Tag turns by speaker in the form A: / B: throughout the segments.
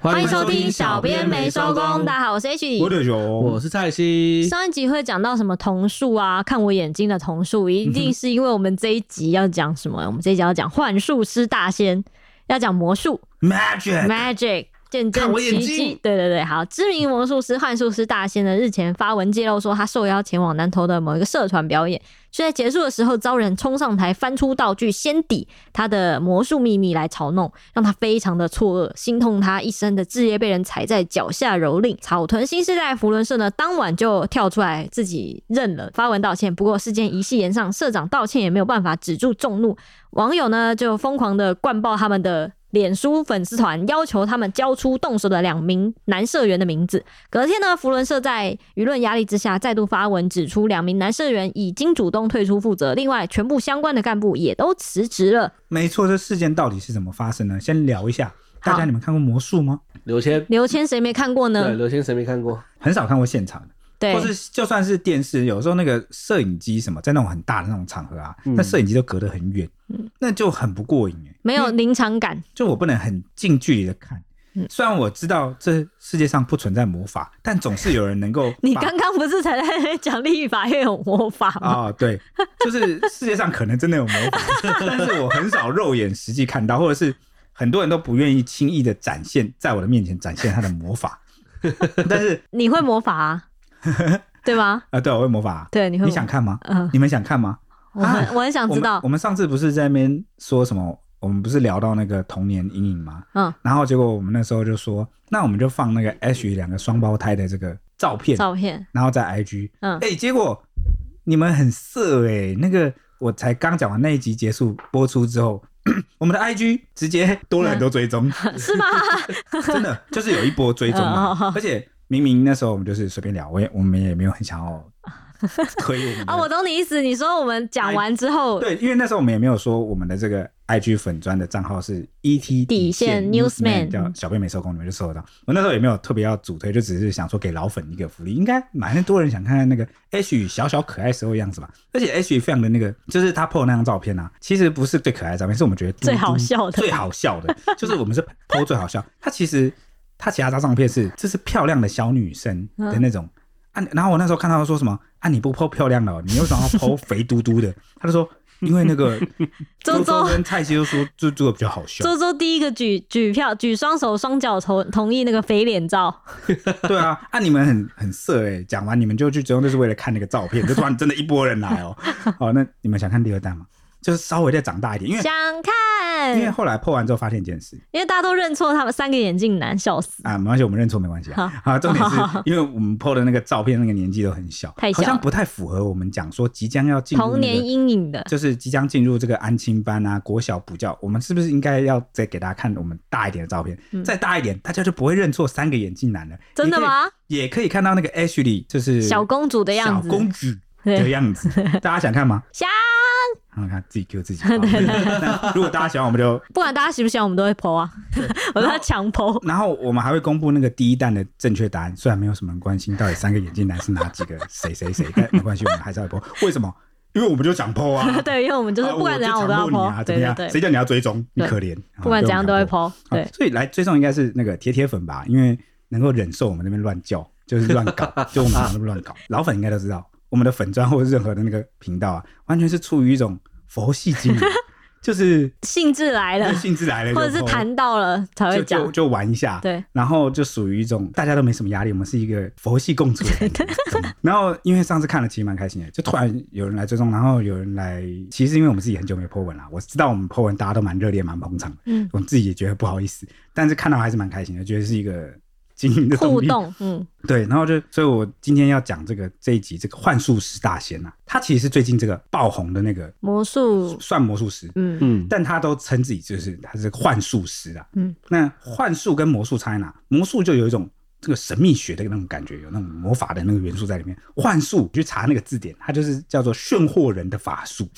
A: 欢
B: 迎收听小编没收工，大家好，我是 H。
A: 我的熊，
C: 我是蔡西。
B: 上一集会讲到什么瞳术啊，看我眼睛的瞳术，一 定是因为我们这一集要讲什么？我们这一集要讲幻术师大仙，要讲魔术
A: Magic，
B: magic。见
C: 看
B: 证
C: 我眼
B: 奇
C: 睛
B: 迹，对对对，好，知名魔术师幻术师大仙呢，日前发文揭露说，他受邀前往南投的某一个社团表演，却在结束的时候遭人冲上台翻出道具先抵他的魔术秘密来嘲弄，让他非常的错愕，心痛他一生的置业被人踩在脚下蹂躏。草屯新时代福伦社呢，当晚就跳出来自己认了，发文道歉。不过事件一系延上，社长道歉也没有办法止住众怒，网友呢就疯狂的灌爆他们的。脸书粉丝团要求他们交出动手的两名男社员的名字，隔天呢，福伦社在舆论压力之下，再度发文指出，两名男社员已经主动退出负责，另外全部相关的干部也都辞职了。
A: 没错，这事件到底是怎么发生的？先聊一下，大家你们看过魔术吗？
C: 刘谦，
B: 刘谦谁没看过
C: 对，
B: 呢？
C: 刘谦谁没看过？
A: 很少看过现场的，
B: 对
A: 或，是就算是电视，有时候那个摄影机什么，在那种很大的那种场合啊，
B: 嗯
A: 那摄影机都隔得很远，那就很不过瘾哎。
B: 没有临场感。
A: 就我不能很近距离的看
B: 嗯。
A: 虽然我知道这世界上不存在魔法，但总是有人能够
B: 你
A: 把
B: 刚刚不是才在那边讲立法院有魔法 吗？
A: 啊、对，就是世界上可能真的有魔法， 但是我很少肉眼实际看到，或者是很多人都不愿意轻易的展现，在我的面前展现他的魔法。 但是
B: 你会魔法、 啊，对吗？
A: 啊、对我会魔法啊、
B: 对，你会
A: 你
B: 魔。
A: 想看吗？
B: 嗯，
A: 你们想看吗？
B: 我很、
A: 啊
B: 我很想知
A: 我们
B: 道。
A: 我们上次不是在那边说什么？我们不是聊到那个童年阴影吗？
B: 嗯，
A: 然后结果我们那时候就说，那我们就放那个 H 两个双胞胎的这个照片，
B: 照片，
A: 然后在 IG，
B: 嗯
A: 哎、结果你们很色哎、那个我才刚讲完那一集结束播出之后， 我们的 IG 直接多了很多追踪，
B: 嗯 是吗？
A: 真的就是有一波追踪
B: 嗯好
A: 嘛，而且明明那时候我们就是随便聊，我也我们也没有很想要推我们的
B: 哦，我懂你意思。你说我们讲完之后，
A: 对，因为那时候我们也没有说我们的这个 IG 粉砖的账号是 E ET
B: 底线 Newsman 嗯
A: 叫小编没收工，你们就收得到。我那时候也没有特别要主推，就只是想说给老粉一个福利，应该蛮多人想看看那个 H 小小可爱时候的样子吧。而且 H 非常的那个，就是他 PO 那张照片啊，其实不是最可爱的照片，是我们觉得
B: 最好笑的
A: 最好笑的， 就是我们是 PO 最好笑。他其实他其他张照片是这是漂亮的小女生
B: 嗯
A: 的那种。啊，然后我那时候看到他说什么啊，你不剖漂亮的哦，你为什么要剖肥嘟嘟的？ 他就说，因为那个
B: 周周
A: 跟蔡西都说猪猪的比较好笑，
B: 周周第一个举举票，举双手双脚同同意那个肥脸照，
A: 对啊，啊你们很很色哎、讲完你们就去，最后就是为了看那个照片，就突然真的一波人 来哦，哦，那你们想看第二弹吗？就是稍微再长大一点，因为
B: 想
A: 因为
B: 看，
A: 后来破完之后发现一件事
B: 因为大家都认错他们三个眼镜男，笑死，
A: 啊，没关系，我们认错没关系啊，啊，重 点是因为我们破的那个照片那个年纪都很小，
B: 太小
A: 好像
B: 了
A: 不太符合我们讲说即将要进入、那
B: 童
A: 个
B: 年阴影的，
A: 就是即将进入这个安亲班啊，国小补教，我们是不是应该要再给大家看我们大一点的照片？
B: 嗯
A: 再大一点，大家就不会认错三个眼镜男了。
B: 真的吗？
A: 也可以看到那个 Ashley 就是
B: 小公主的样子
A: 小，公主的
B: 对，
A: 样子。大家想看吗？
B: 想。
A: 看看自己 Q 自己。 好那如果大家喜欢，我们就
B: 不管大家喜不喜欢，我们都会剖啊，我都要强剖。
A: 然后我们还会公布那个第一弹的正确答案。虽然没有什么人关心到底三个眼镜男是哪几个谁谁谁，但没关系，我们还是要播。为什么？因为我们就想剖啊。
B: 对，因为我们就是
A: 啊
B: 不管怎样，我
A: 我
B: 都要
A: 强迫你
B: 剖。
A: 啊，
B: 对
A: 怎么
B: 对
A: 样？谁
B: 对，
A: 叫你要追踪？你
B: 对
A: 可怜，啊
B: 不管怎样都会。
A: 被我们
B: 剖。
A: 强迫
B: 对
A: 啊，所以来追踪应该是那个铁铁粉吧，因为能够忍受我们那边乱叫，就是乱 搞，就我们常常乱搞。老粉应该都知道，我们的粉砖或者任何的那个频道啊，完全是出于一种佛系经 营，就是
B: 兴致来了，
A: 兴致来了就 po，
B: 啊或者是谈到了才会
A: 就就
B: 讲。
A: 就玩一下，
B: 对，
A: 然后就属于一种大家都没什么压力，我们是一个佛系共处的感觉。 然后因为上次看了其实蛮开心的，就突然有人来追踪，然后有人来，其实因为我们自己很久没有 po 文啦，我知道我们 po 文大家都蛮热烈、蛮捧场的，
B: 嗯，
A: 我自己也觉得不好意思，但是看到还是蛮开心的，觉得是一个经营的
B: 互
A: 动力。
B: 动，嗯，
A: 对，然后就，所以我今天要讲这个这一集这个幻术师大仙啊，他其实是最近这个爆红的那个
B: 魔术，
A: 算魔术师，
B: 嗯，
C: 嗯，
A: 但他都称自己就是他是幻术师啊。
B: 嗯，
A: 那幻术跟魔术差在哪？魔术就有一种这个神秘学的那种感觉，有那种魔法的那个元素在里面。幻术去查那个字典，它就是叫做炫惑人的法术，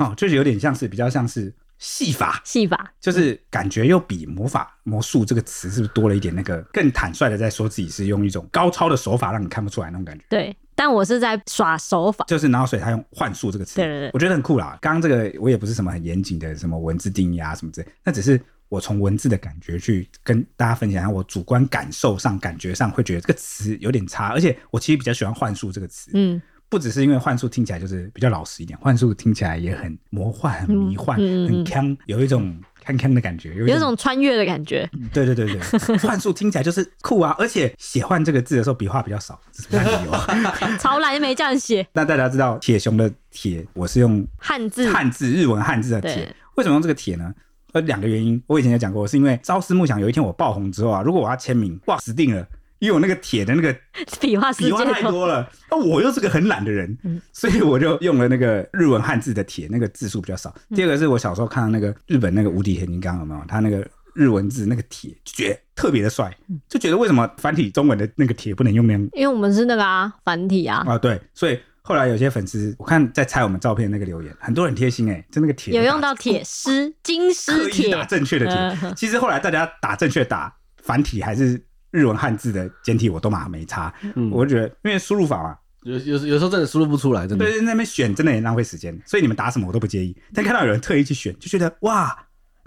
A: 哦，就是有点像是比较像是戏法。
B: 戏法，
A: 就是感觉又比魔法、魔术这个词是不是多了一点那个更坦率的在说自己是用一种高超的手法让你看不出来那种感觉，
B: 对。但我是在耍手法，
A: 就是然后所以他用幻术这个词，
B: 对对对
A: 我觉得很酷啦。刚刚这个我也不是什么很严谨的什么文字定义啊什么之类，那只是。我从文字的感觉去跟大家分享一下我主观感受上、感觉上会觉得这个词有点差，而且我其实比较喜欢“幻术”这个词，
B: 嗯，
A: 不只是因为幻术听起来就是比较老实一点，幻术听起来也很魔幻、很迷幻、
B: 嗯嗯嗯
A: 很康，有一种康康的感觉，有
B: 有一种穿越的感觉，
A: 嗯对对对 对，幻术听起来就是酷啊！而且写“幻”这个字的时候笔画比较少，这是不太 理由。
B: 曹来梅这样写
A: 那大家知道铁熊的“铁”，我是用
B: 汉 字，
A: 汉字日文汉字的“铁
B: 对”，
A: 为什么用这个“铁”呢？呃，两个原因，我以前也讲过，是因为朝思暮想有一天我爆红之后啊，如果我要签名，哇，死定了，因为我那个铁的那个
B: 笔画世
A: 笔画
B: 界
A: 太多了，那我又是个很懒的人，
B: 嗯
A: 所以我就用了那个日文汉字的铁，那个字数比较少。
B: 嗯
A: 第二个是我小时候看到那个日本那个无敌铁金刚有没有？他那个日文字那个铁，就觉得特别的帅，
B: 嗯
A: 就觉得为什么繁体中文的那个铁不能用那样
B: 因为我们是那个啊繁体啊，
A: 啊？对，所以后来有些粉丝我看在猜我们照片那个留言，很多人很贴心哎、就那个铁
B: 有用
A: 打
B: 到铁丝、 金丝
A: 刻意
B: 铁
A: 打，正确的铁。
B: 嗯
A: 其实后来大家打正确打繁体还是日文汉字的简体，我都嘛没差。
C: 嗯
A: 我就觉得因为输入法嘛。
C: 有有有时候真的输入不出
B: 嗯
C: 来，真的。
A: 对，那边选真的也浪费时间，所以你们打什么我都不介意。但看到有人特意去选，就觉得哇，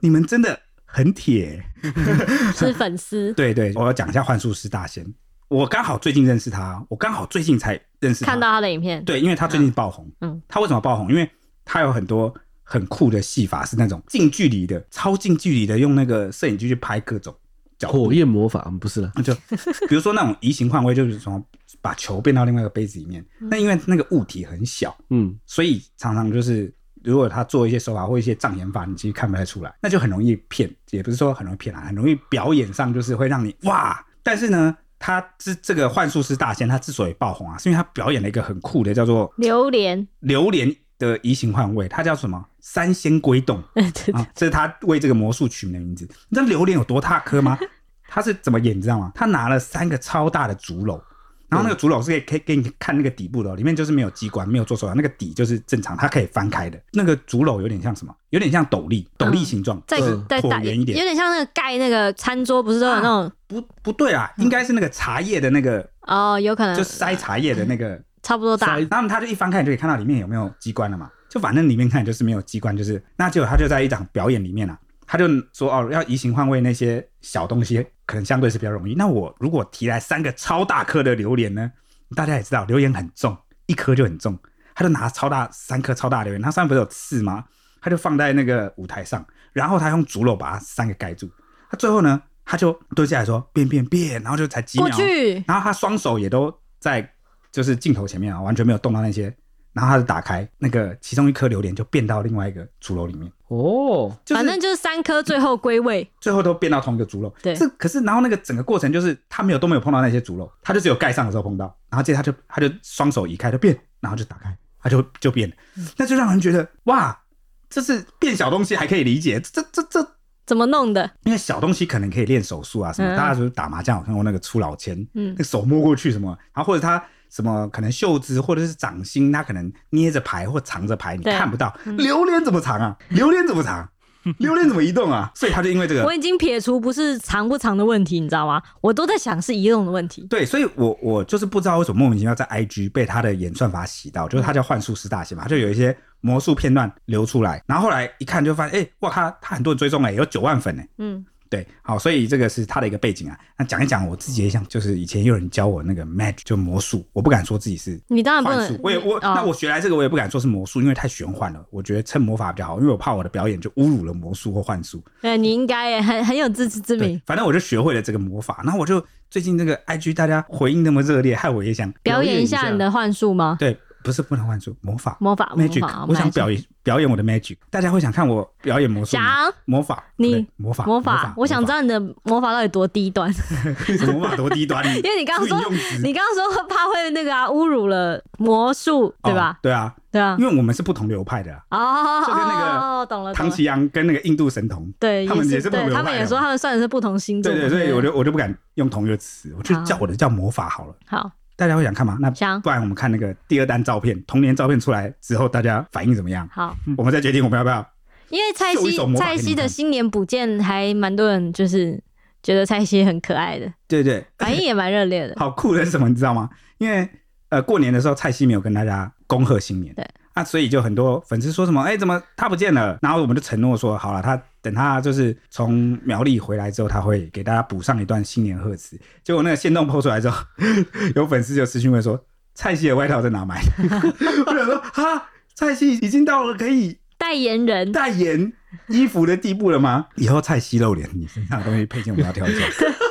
A: 你们真的很铁。
B: 嗯是粉丝。
A: 对对，我要讲一下幻术师大仙，我刚好最近认识他，我刚好最近才认识他。
B: 看到他的影片，
A: 对，因为他最近爆红。
B: 嗯
A: 他为什么爆红？因为他有很多很酷的戏法，是那种近距离的、超近距离的，用那个摄影机去拍各种角度
C: 火。焰魔法嗯不是啦，
A: 就比如说那种移形换位，就是从把球变到另外一个杯子里面。
B: 嗯
A: 那因为那个物体很小，
C: 嗯，
A: 所以常常就是如果他做一些手法或一些障眼法，你其实看不太出来，那就很容易骗，也不是说很容易骗啊，很容易表演上就是会让你哇。但是呢，他之这个幻术师大仙他之所以爆红啊，是因为他表演了一个很酷的叫做
B: 榴莲，
A: 榴莲的移形换位，它叫什么？三仙归洞啊，这是他为这个魔术取名的名字。你知道榴莲有多大颗吗？他是怎么演，你知道吗？他拿了三个超大的竹篓，然后那个竹篓是可以可以给你看那个底部的哦，里面就是没有机关，没有做手脚，那个底就是正常，它可以翻开的。那个竹篓有点像什么？有点像斗笠，斗笠形状，
B: 再
C: 嗯
B: 再
A: 椭
B: 打，
A: 圆
B: 有
A: 一点。
B: 点像那个盖那个餐桌，不是都有那种
A: 不不对啊，应该是那个茶叶的那个，
B: 哦，有可能
A: 啊就塞茶叶的那个
B: 差不多大
C: 塞，
A: 然后他就一翻开，你就可以看到里面有没有机关了嘛。就反正里面看就是没有机关，就是那结果他就在一场表演里面啊，他就说哦，要移形换位那些小东西，可能相对是比较容易。那我如果提来三个超大颗的榴莲呢？大家也知道榴莲很重，一颗就很重，他就拿超大三颗超大的榴莲，他上面不是有刺吗？他就放在那个舞台上，然后他用竹篓把它三个盖住。他最后呢，他就蹲下来说变变变，然后就才几
B: 过
A: 秒哦，
B: 去
A: 然后他双手也都在就是镜头前面啊，完全没有动到那些。然后他就打开那个其中一颗榴莲，就变到另外一个竹篓里面，
C: 哦，
A: 就是
B: 反正就是三颗最后归位，
A: 最后都变到同一个竹篓。
B: 对
A: 这可是然后那个整个过程就是他没有都没有碰到那些竹篓，他就只有盖上的时候碰到，然后接着他就他就双手移开就变，然后就打开，他就就变了，那就让人觉得哇，这是变小东西还可以理解，这这这。这
B: 怎么弄的？
A: 因为小东西可能可以练手速啊什么，
B: 嗯
A: 大家就是打麻将有看过那个出老千，
B: 嗯
A: 那手摸过去什么，然后或者他什么可能袖子或者是掌心，他可能捏着牌或藏着牌，你
B: 对嗯
A: 看不到。榴莲怎么藏啊？榴莲怎么藏？榴莲怎么移动啊？所以他就因为这个
B: 我，已经撇除不是长不长的问题，你知道吗？我都在想是移动的问题。
A: 对，所以我我就是不知道为什么莫名其妙在 IG 被他的演算法洗到，就是他叫幻术师大仙嘛，他就有一些魔术片段流出来，然后后来一看就发现，哎、哇靠，他很多人追踪哎、有九万粉哎、
B: 嗯，
A: 对，好，所以这个是他的一个背景啊。那讲一讲我自己也想，就是以前有人教我那个 magic 就魔术，我不敢说自己是
B: 你当然不
A: 幻术
B: 能，，
A: 我也我、
B: 哦
A: 那我学来这个我也不敢说是魔术，因为太玄幻了。我觉得趁魔法比较好，因为我怕我的表演就侮辱了魔术或幻术。
B: 对呃你应该耶很很有自知之
A: 对
B: 明，，
A: 反正我就学会了这个魔法。那我就最近这个 IG 大家回应那么热烈，害我也想
B: 表演
A: 演
B: 一
A: 下
B: 下你的。幻术吗？
A: 对，不是不能幻术，魔法
B: 魔法，魔
A: magic，
B: 法，
A: 我想表
B: 演
A: 演表演我的 magic，大家会想看我表演魔术吗？
B: 讲
A: 魔法，
B: 你
A: 对魔法
B: 魔法，我想知道你的魔法到底多低端，
A: 道魔法多低端，因
B: 因为你刚刚说
A: 用词
B: 你刚刚说怕会那个啊侮辱了魔术，对
A: 哦
B: 吧？
A: 对啊，
B: 对啊，
A: 因为我们是不同流派的、啊。
B: 哦哦
A: 就跟那个
B: 哦，懂了，懂
A: 唐
B: 了
A: 奇。阳跟那个印度神童，
B: 对，
A: 他们也是不同
B: 对，
A: 流
B: 他们
A: 派
B: 也
A: 的
B: 说
A: 嘛
B: 他们算的是不同星座
A: 对
B: 嘛。
A: 对，所以我就我就不敢用同一个词，我就
B: 好
A: 叫我的叫魔法好了。
B: 好，
A: 大家会想看吗？那
B: 想
A: 不然我们看那个第二单照片，童年照片出来之后，大家反应怎么样？
B: 好，
A: 我们再决定我们要不要。
B: 因为蔡
A: 秀一
B: 西
A: 首魔法
B: 蔡
A: 给你
B: 西的
A: 看
B: 新年补见还蛮多人就是觉得蔡西很可爱 的，
A: 对对，
B: 反应也蛮热烈的。
A: 好酷的是什么？你知道吗？因为呃，过年的时候蔡西没有跟大家恭贺新年，
B: 对，
A: 那所以就很多粉丝说什么，哎、怎么他不见了？然后我们就承诺说，好了，他等他就是从苗栗回来之后，他会给大家补上一段新年贺词。结果那个线动抛出来之后， 有粉丝就私讯问说，蔡西的外套在哪买？ 我想说，哈，蔡西已经到了可以
B: 代言 人
A: 代言衣服的地步了吗？以后蔡西露脸，你身上的东西配件我们要挑一 下。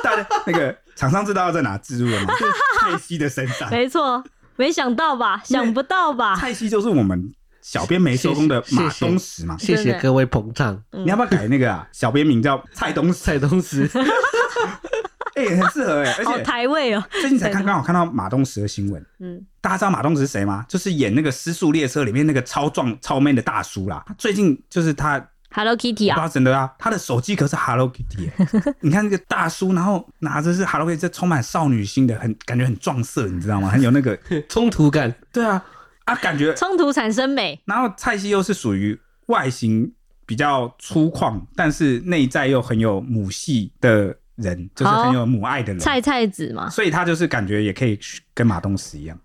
A: 大家那个厂商知道要在哪植入 了吗？就是蔡西的身上。
B: 没错，没想到吧？想不到吧？
A: 蔡西就是我们小编没收工的马东石嘛。
C: 谢
B: 真
C: 谢
B: 的
C: 各位捧场。
A: 你要不要改那个啊？小编名叫蔡东 石，
C: 蔡东石，
A: 哎、很适合哎、
B: 好
A: 而且
B: 台味哦，
A: 最近才刚刚好看到马东石的新闻。
B: 嗯，
A: 大家知道马东石是谁吗？就是演那个《失速列车》里面那个超壮超 man 的大叔啦。最近就是他
B: Hello Kitty
A: 我不知
B: 啊，
A: 道真的啊，他的手机壳是 Hello Kitty，耶 你看那个大叔，然后拿着是 Hello Kitty，这充满少女心的，很感觉很撞色，你知道吗？很有 那个，
C: 冲突感，
A: 对啊，啊感觉。
B: 冲突产生美，
A: 然后蔡西又是属于外形比较粗犷，但是内在又很有母系的人，就是很有母爱的人，
B: 菜菜子嘛，
A: 所以他就是感觉也可以去跟马东石一样，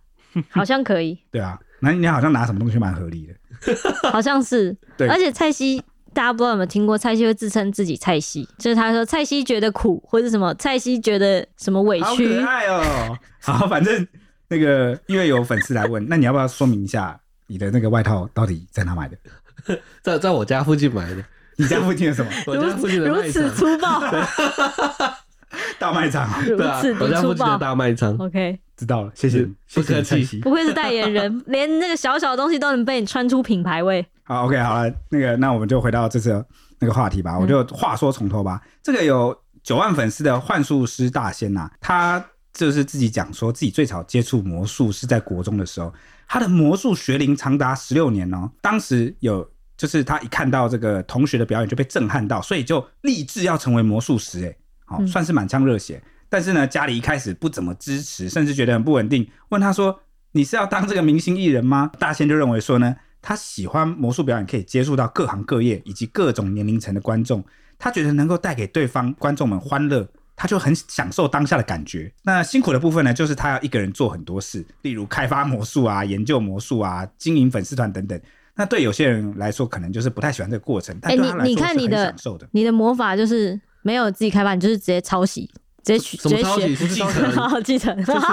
B: 好像可 以，
A: 对啊。那你好像拿什么东西蛮合理的，
B: 好像是。
A: 对
B: 而且蔡西，大家不知道有没有听过，蔡西会自称自己蔡西，就是他说蔡西觉得苦，或者什么蔡西觉得什么委
A: 好
B: 屈
A: 可，爱 哦、好，反正那个因为有粉丝来问，那 你要不要说明一下你的那个外套到底在哪买的？
C: 在在我家附近买 的，
A: 你家附近有什么
C: 我
B: 如
C: 家附近的
B: 如
C: 卖
B: 此
C: 场，
B: 粗 暴，
A: 啊大卖场？
B: 如
C: 对啊
B: 此，
C: 我
B: 的
C: 家附
B: 粗
C: 近的
B: 暴。
C: 大卖场，
B: OK，
A: 知道了，谢谢，
C: 不客气
A: 谢谢你蔡西
B: 不愧是代言 人，连那个小小的东西都能被你穿出品牌味。
A: 好，OK，好了，那个，那我们就回到这次的那个话题吧，我就话说从头吧。这个有九万粉丝的幻术师大仙呐、他就是自己讲说，自己最早接触魔术是在国中的时候，他的魔术学龄长达十六年哦。当时有就是他一看到这个同学的表演就被震撼到，所以就立志要成为魔术师，哎，好、
B: 嗯
A: 算是满腔热血。但是呢，家里一开始不怎么支持，甚至觉得很不稳定。问他说：“你是要当这个明星艺人吗？”大仙就认为说呢，他喜欢魔术表演，可以接触到各行各业以及各种年龄层的观众，他觉得能够带给对方观众们欢乐。他就很享受当下的感觉。那辛苦的部分呢，就是他要一个人做很多事，例如开发魔术啊、研究魔术啊、经营粉丝团等等。那对有些人来说，可能就是不太喜欢这个过程，但
B: 哎
A: 对他
B: 你
A: 来
B: 你
A: 说
B: 看
A: 是
B: 你
A: 很
B: 的
A: 享受的。
B: 你的魔法就是没有自己开发，你就是直接抄袭，直接取，直
C: 什么
B: 接
C: 抄袭
B: 学，
C: 是继 承
B: 继承。
A: 就是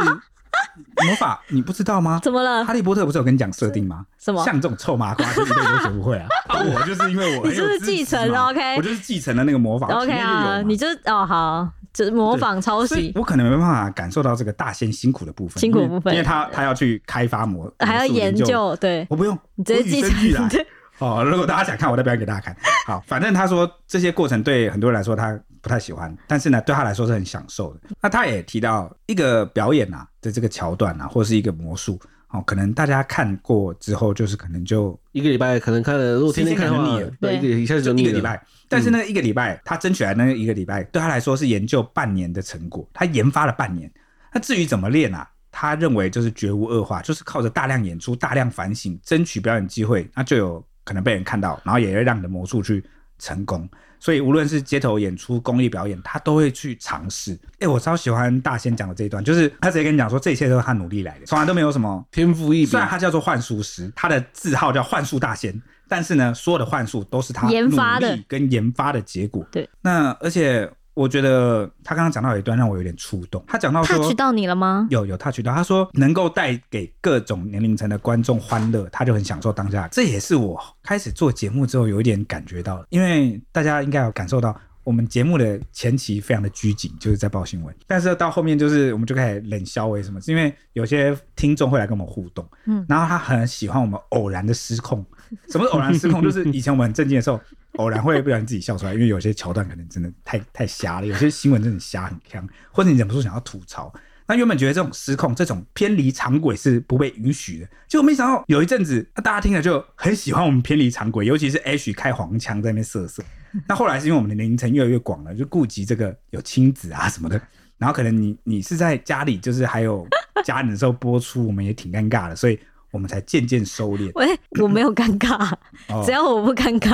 A: 魔法，你不知道吗？
B: 怎么了？
A: 哈利波特不是有跟你讲设定吗？
B: 什么？
A: 像这种臭麻瓜，就一辈子都学 不会啊！啊，我就是因为我
B: 你是不是
A: 很有资质
B: 继承
A: 嘛
B: OK
A: 我就是继承了那个魔法
B: OK 啊，你
A: 就
B: 就哦好，就是模仿抄
A: 所以
B: 袭，
A: 我可能没办法感受到这个大仙辛苦的部分，
B: 辛苦
A: 因为
B: 部分
A: 因为他他要去开发魔，
B: 还要
A: 魔术
B: 研
A: 究，
B: 究，对
A: 我不用，
B: 你直接
A: 我与
B: 继
A: 生俱来
B: 承，对，
A: 哦，如果大家想看，我再表演给大家看。好，反正他说这些过程对很多人来说他不太喜欢，但是呢，对他来说是很享受的。那他也提到一个表演啊的这个桥段啊，或是一个魔术，哦，可能大家看过之后，就是可能就
C: 一个礼拜可能看了，如果天天看的
A: 新
C: 话
A: 鲜感就腻了，
C: 对，一个一下子就
A: 一
C: 腻
A: 个礼
C: 了。
A: 拜，嗯但是那一个礼拜他争取来那一个礼拜，对他来说是研究半年的成果，他研发了半年。那至于怎么练啊，他认为就是绝无恶化，就是靠着大量演出、大量反省，争取表演机会，那就有可能被人看到，然后也会让你的魔术去成功。所以无论是街头演出、公益表演，他都会去尝试。哎、我超喜欢大仙讲的这一段，就是他直接跟你讲说，这一切都是他努力来的，从来都没有什么
C: 天赋异
A: 虽
C: 禀
A: 然，他叫做幻术师，他的字号叫幻术大仙，但是呢，所有的幻术都是他
B: 研发的
A: 努力跟研发的结果。
B: 对，
A: 那而且我觉得他刚刚讲到有一段让我有点触动，他讲到
B: 他
A: 说
B: 取到你了吗？
A: 有有 touch 到，他说能够带给各种年龄层的观众欢乐，他就很享受当下。这也是我开始做节目之后有一点感觉到的，因为大家应该有感受到。我们节目的前期非常的拘谨，就是在报新闻，但是到后面就是我们就开始冷笑为什么？是因为有些听众会来跟我们互动，
B: 嗯
A: 然后他很喜欢我们偶然的失控。什么是偶然失控？就是以前我们很震惊的时候，偶然会不小心自己笑出来，因为有些桥段可能真的太太瞎了，有些新闻真的很瞎很坑，或者你忍不住想要吐槽，那原本觉得这种失控、这种偏离常轨是不被允许的，结果没想到有一阵子，啊大家听了就很喜欢我们偏离常轨，尤其是 H 开黄腔在那边 瑟瑟。那后来是因为我们的年龄层越来越广了，就顾及这个有亲子啊什么的，然后可能你你是在家里就是还有家人的时候播出，我们也挺尴尬的，所以我们才渐渐收敛。
B: 喂，我没有尴尬，
A: 哦
B: 只要我不尴尬，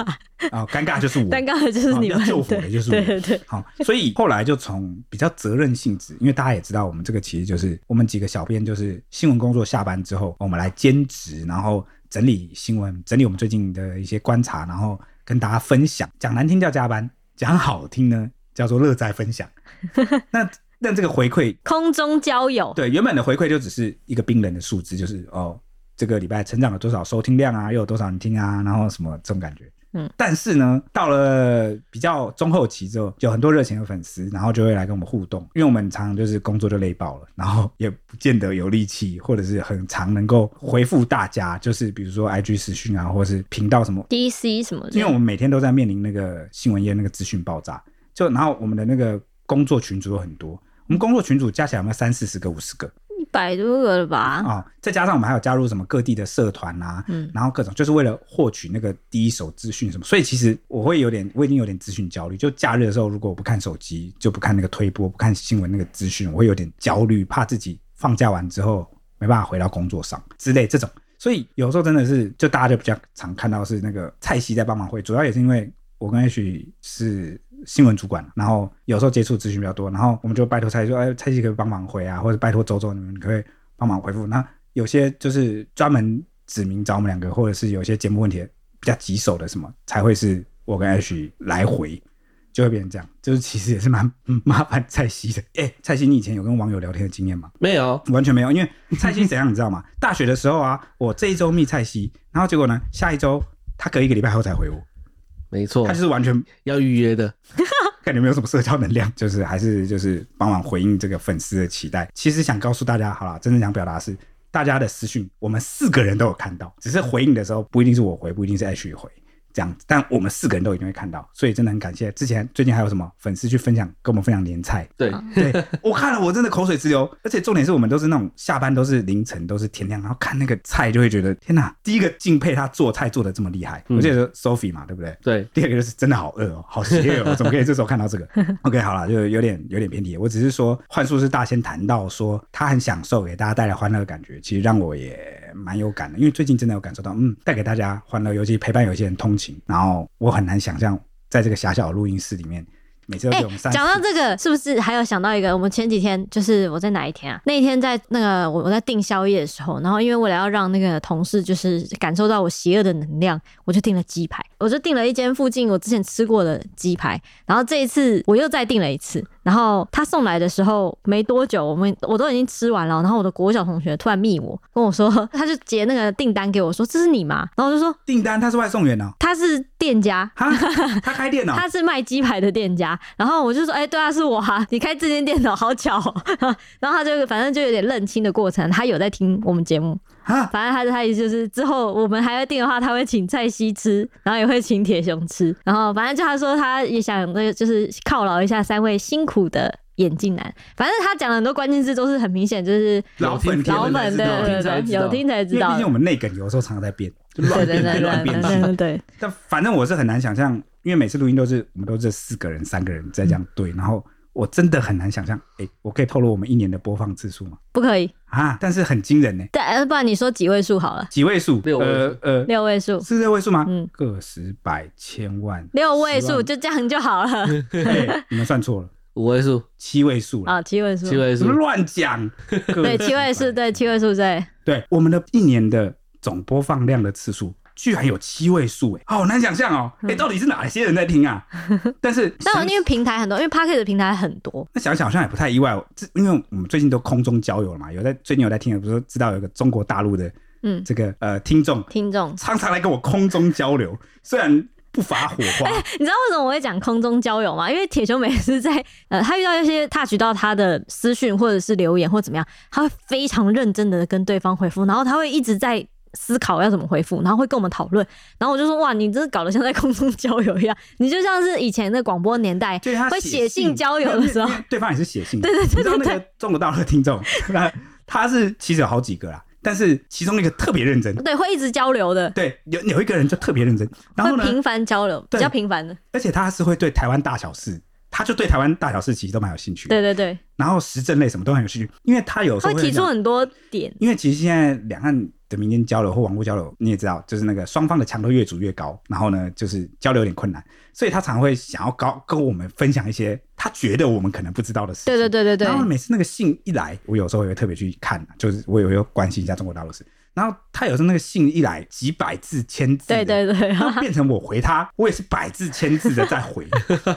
A: 哦，尴尬就是我，
B: 尴尬的就是
A: 哦
B: 你
A: 要
B: 们，
A: 救火的
B: 对
A: 就是
B: 对
A: 我
B: 对对，
A: 好，所以后来就从比较责任性质，因为大家也知道，我们这个其实就是我们几个小编，就是新闻工作下班之后，我们来兼职，然后整理新闻，整理我们最近的一些观察，然后跟大家分享。讲难听叫加班，讲好听呢叫做乐在分享。那那这个回馈，
B: 空中交友，
A: 对原本的回馈就只是一个冰冷的数字，就是哦，这个礼拜成长了多少收听量啊，又有多少人听啊，然后什么这种感觉。
B: 嗯，
A: 但是呢，到了比较中后期之后，有很多热情的粉丝，然后就会来跟我们互动，因为我们常常就是工作就累爆了，然后也不见得有力气，或者是很常能够回复大家，就是比如说 IG 私讯啊，或者是频道什么
B: DC 什么的，
A: 因为我们每天都在面临那个新闻业那个资讯爆炸，就然后我们的那个工作群组有很多，我们工作群组加起来有没有三四十个、五十个
B: 一百多个了吧？
A: 啊、再加上我们还有加入什么各地的社团啊，
B: 嗯，
A: 然后各种就是为了获取那个第一手资讯什么，所以其实我会有点，我已经有点资讯焦虑。就假日的时候，如果我不看手机，就不看那个推播，不看新闻那个资讯，我会有点焦虑，怕自己放假完之后没办法回到工作上之类这种。所以有时候真的是，就大家就比较常看到是那个蔡西在帮忙会，主要也是因为我跟 H 是新闻主管，然后有时候接触资讯比较多，然后我们就拜托蔡西说，哎，蔡西可不可以帮忙回啊，或者拜托周周你们可不可以帮忙回复。那有些就是专门指名找我们两个，或者是有些节目问题比较棘手的什么，才会是我跟 H 来回。就会变成这样，就是其实也是蛮嗯麻烦蔡西的。 哎、蔡西，你以前有跟网友聊天的经验吗？
C: 没有，
A: 完全没有，因为蔡西怎样你知道吗？ 大学的时候啊，我这一周密蔡西，然后结果呢，下一周他隔一个礼拜后才回我，
C: 没错
A: 他就，是完全
C: 要预约的。
A: 感觉没有什么社交能量， 就是还是就是帮忙回应这个粉丝的期待。其实想告诉大家，好啦，真正想表达的是，大家的私讯我们四个人都有看到，只是回应的时候不一定是我回，不一定是 H 回。这样，但我们四个人都一定会看到，所以真的很感谢。之前最近还有什么粉丝去分享，跟我们分享年菜，
C: 对，
A: 对我看了，我真的口水直流。而且重点是我们都是那种下班都是凌晨，都是天亮，然后看那个菜就会觉得天哪！第一个敬佩他做菜做的这么厉害，
C: 嗯
A: 我记得 Sophie 嘛，对不对？
C: 对，
A: 第二个就是真的好饿哦，好邪 恶哦，怎么可以这时候看到这个？OK，好了，就有点有点偏题。我只是说，幻术师大仙谈到说他很享受给大家带来欢乐的感觉，其实让我也蛮有感的，因为最近真的有感受到，嗯，带给大家欢乐，尤其陪伴有些人通勤，然后我很难想象在这个狭小的录音室里面，每次都
B: 哎
A: 是我们三
B: 讲到
A: 四
B: 这个，是不是还有想到一个？我们前几天就是我在哪一天啊？那一天在那个我我在订宵夜的时候，然后因为为了要让那个同事就是感受到我邪恶的能量，我就订了鸡排，我就订了一间附近我之前吃过的鸡排，然后这一次我又再订了一次，然后他送来的时候没多久，我们我都已经吃完了，然后我的国小同学突然密我跟我说，他就截那个订单给我说这是你吗？然后我就说
A: 订单，他是外送员哦。
B: 他是店家，
A: 哈， 他开店哦、
B: 他是卖鸡排的店家，然后我就说，哎、对啊，是我啊， 你开这间店的好巧、哦。 然后他就反正就有点认亲的过程，他有在听我们节目，
A: 哈，
B: 反正他他意思就是之后我们还会订的话，他会请蔡西吃，然后也会请铁熊吃，然后反正就他说他也想那个就是犒劳一下三位辛苦的眼镜男，反正他讲的很多关键字都是很明显就是
A: 老粉
C: 铁
B: 老
C: 人
B: 粉
C: 知道
B: 的，
C: 听
B: 对
C: 才
B: 对对，
C: 知道
B: 有听才知
A: 因为
B: 道
A: 毕
B: 的
A: 竟我，们内梗有时候常常在变，就
B: 对
A: 乱
B: 对
A: 变
B: 对
A: 变乱变
B: 对
A: 去。
B: 对对，
A: 但反正我是很难想象，因为每次录音都是我们都是四个人、三个人在这样对，然后我真的很难想象，哎、我可以透露我们一年的播放次数吗？
B: 不可以，
A: 啊，但是很惊人呢、
B: 但不然你说几位数好了，
A: 几位数？
C: 六位
A: 呃
C: 数
A: 呃，
B: 六位数。
A: 是六位数吗？
B: 嗯
A: 个十百千万，
B: 六位
A: 十
B: 数
A: 万
B: 就这样就好了
A: 哎你们算错了，
C: 五位数、
A: 七位数了。
B: 啊，七位数，
C: 七位
A: 什
C: 数
A: 么，乱讲？
B: 对，
A: 对
B: 七位数，对，七位数，对，
A: 对，我们的一年的总播放量的次数居然有七位数，哎，好难想象哦，哎，到底是哪些人在听啊？但是想，
B: 嗯但我因为平台很多，因为 p a c k e t 的平台很多，
A: 那想想好像也不太意外，哦这因为我们最近都空中交友了嘛，有在最近有在听的，比如说知道有一个中国大陆的
B: 嗯，
A: 这个呃听众，
B: 听众，
A: 常常来跟我空中交流，虽然不乏火花，
B: 你知道为什么我会讲空中交友吗？因为铁熊每次在呃，他遇到一些 touch 到他的私讯或者是留言或怎么样，他会非常认真的跟对方回复，然后他会一直在。思考要怎么回复，然后会跟我们讨论，然后我就说哇，你真的搞得像在空中交友一样，你就像是以前的广播年代
A: 就是他
B: 会写
A: 信
B: 信交友的时候
A: 因为，因为对方也是写信的，对对对你知道那个中国大陆的听众，他他是其实有好几个啦，但是其中一个特别认真。
B: 对，会一直交流的，
A: 对，有有一个人就特别认真，然后
B: 会
A: 呢，
B: 频繁交流，比
A: 对
B: 较频繁的，
A: 而且他是会对台湾大小事，他就对台湾大小事其实都蛮有兴趣。
B: 对，对对，
A: 然后时政类什么都很有兴趣，因为他有时
B: 他
A: 候
B: 会提出
A: 讲，
B: 很多点，
A: 因为其实现在两岸的民间交流或网络交流，你也知道，就是那个双方的墙都越筑越高，然后呢，就是交流有点困难，所以他常会想要高跟我们分享一些他觉得我们可能不知道的事情。
B: 对对对对对，
A: 然后每次那个信一来，我有时候也会特别去看，就是我也会关心一下中国大陆事。然后他有时候那个信一来几百字、千字，
B: 对对对，
A: 那变成我回他，我也是百字千字的 在回，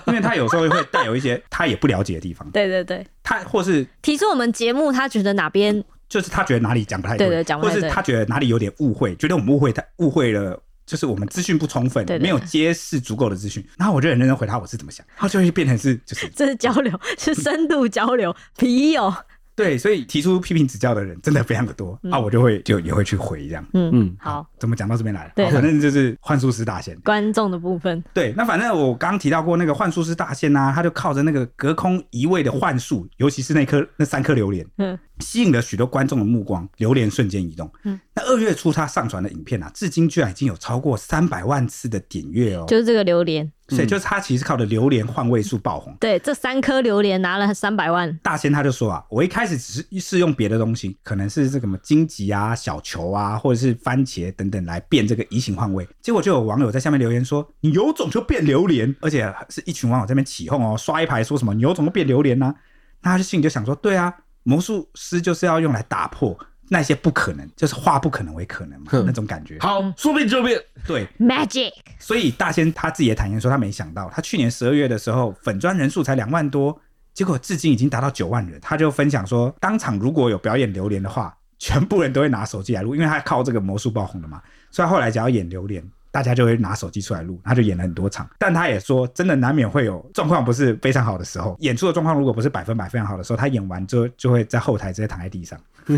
A: 因为他有时候会带有一些他也不了解的地方，
B: 对对对，
A: 他或是
B: 提出我们节目他觉得哪边
A: 就是他觉得哪里讲不太
B: 对对讲不
A: 或
B: 太
A: 是
B: 对
A: 他觉得哪里有点误会，觉得我们误会他误会了。就是我们资讯不充分，
B: 对对
A: 没有揭示足够的资讯，然后我就很认真回答我是怎么想，他就会变成是 就是
B: 这是交流，是深度交流，皮友，
A: 对，所以提出批评指教的人真的非常的多、啊，我就会就也会去回这样。
B: 嗯，
C: 嗯，
B: 好，
A: 怎么讲到这边来了？
B: 对
A: 好反正就是幻术师大仙。
B: 观众的部分，
A: 对，那反正我刚刚提到过那个幻术师大仙呐、啊，他就靠着那个隔空移位的幻术，尤其是那颗那三颗榴莲，
B: 嗯，
A: 吸引了许多观众的目光，榴莲瞬间移动。
B: 嗯，
A: 那二月初他上传的影片啊，至今居然已经有超过三百万次的点阅哦。
B: 就是这个榴莲，
A: 所以就是他其实靠着榴莲换位数爆红。
B: 对，这三颗榴莲拿了三百万，
A: 大仙他就说啊，我一开始只是是用别的东西，可能是这个什么荆棘啊、小球啊，或者是番茄等等来变这个移形换位。结果就有网友在下面留言说：“你有种就变榴莲！”而且是一群网友在那边起哄哦，刷一排说什么“你有种就变榴莲、呐。那他就心里就想说：“对啊，魔术师就是要用来打破那些不可能，就是化不可能为可能嘛，
C: 哼
A: 那种感觉。”
C: 好，说变就变，
A: 对，
B: magic，
A: 所以大仙他自己也坦言说，他没想到，他去年十二月的时候粉砖人数才两万多，结果至今已经达到九万人。他就分享说，当场如果有表演榴莲的话，全部人都会拿手机来录，因为他靠这个魔术爆红的嘛。所以他后来只要演榴莲，大家就会拿手机出来录，他就演了很多场。但他也说，真的难免会有状况不是非常好的时候，演出的状况如果不是百分百非常好的时候，他演完之后就会在后台直接躺在地上，
B: 而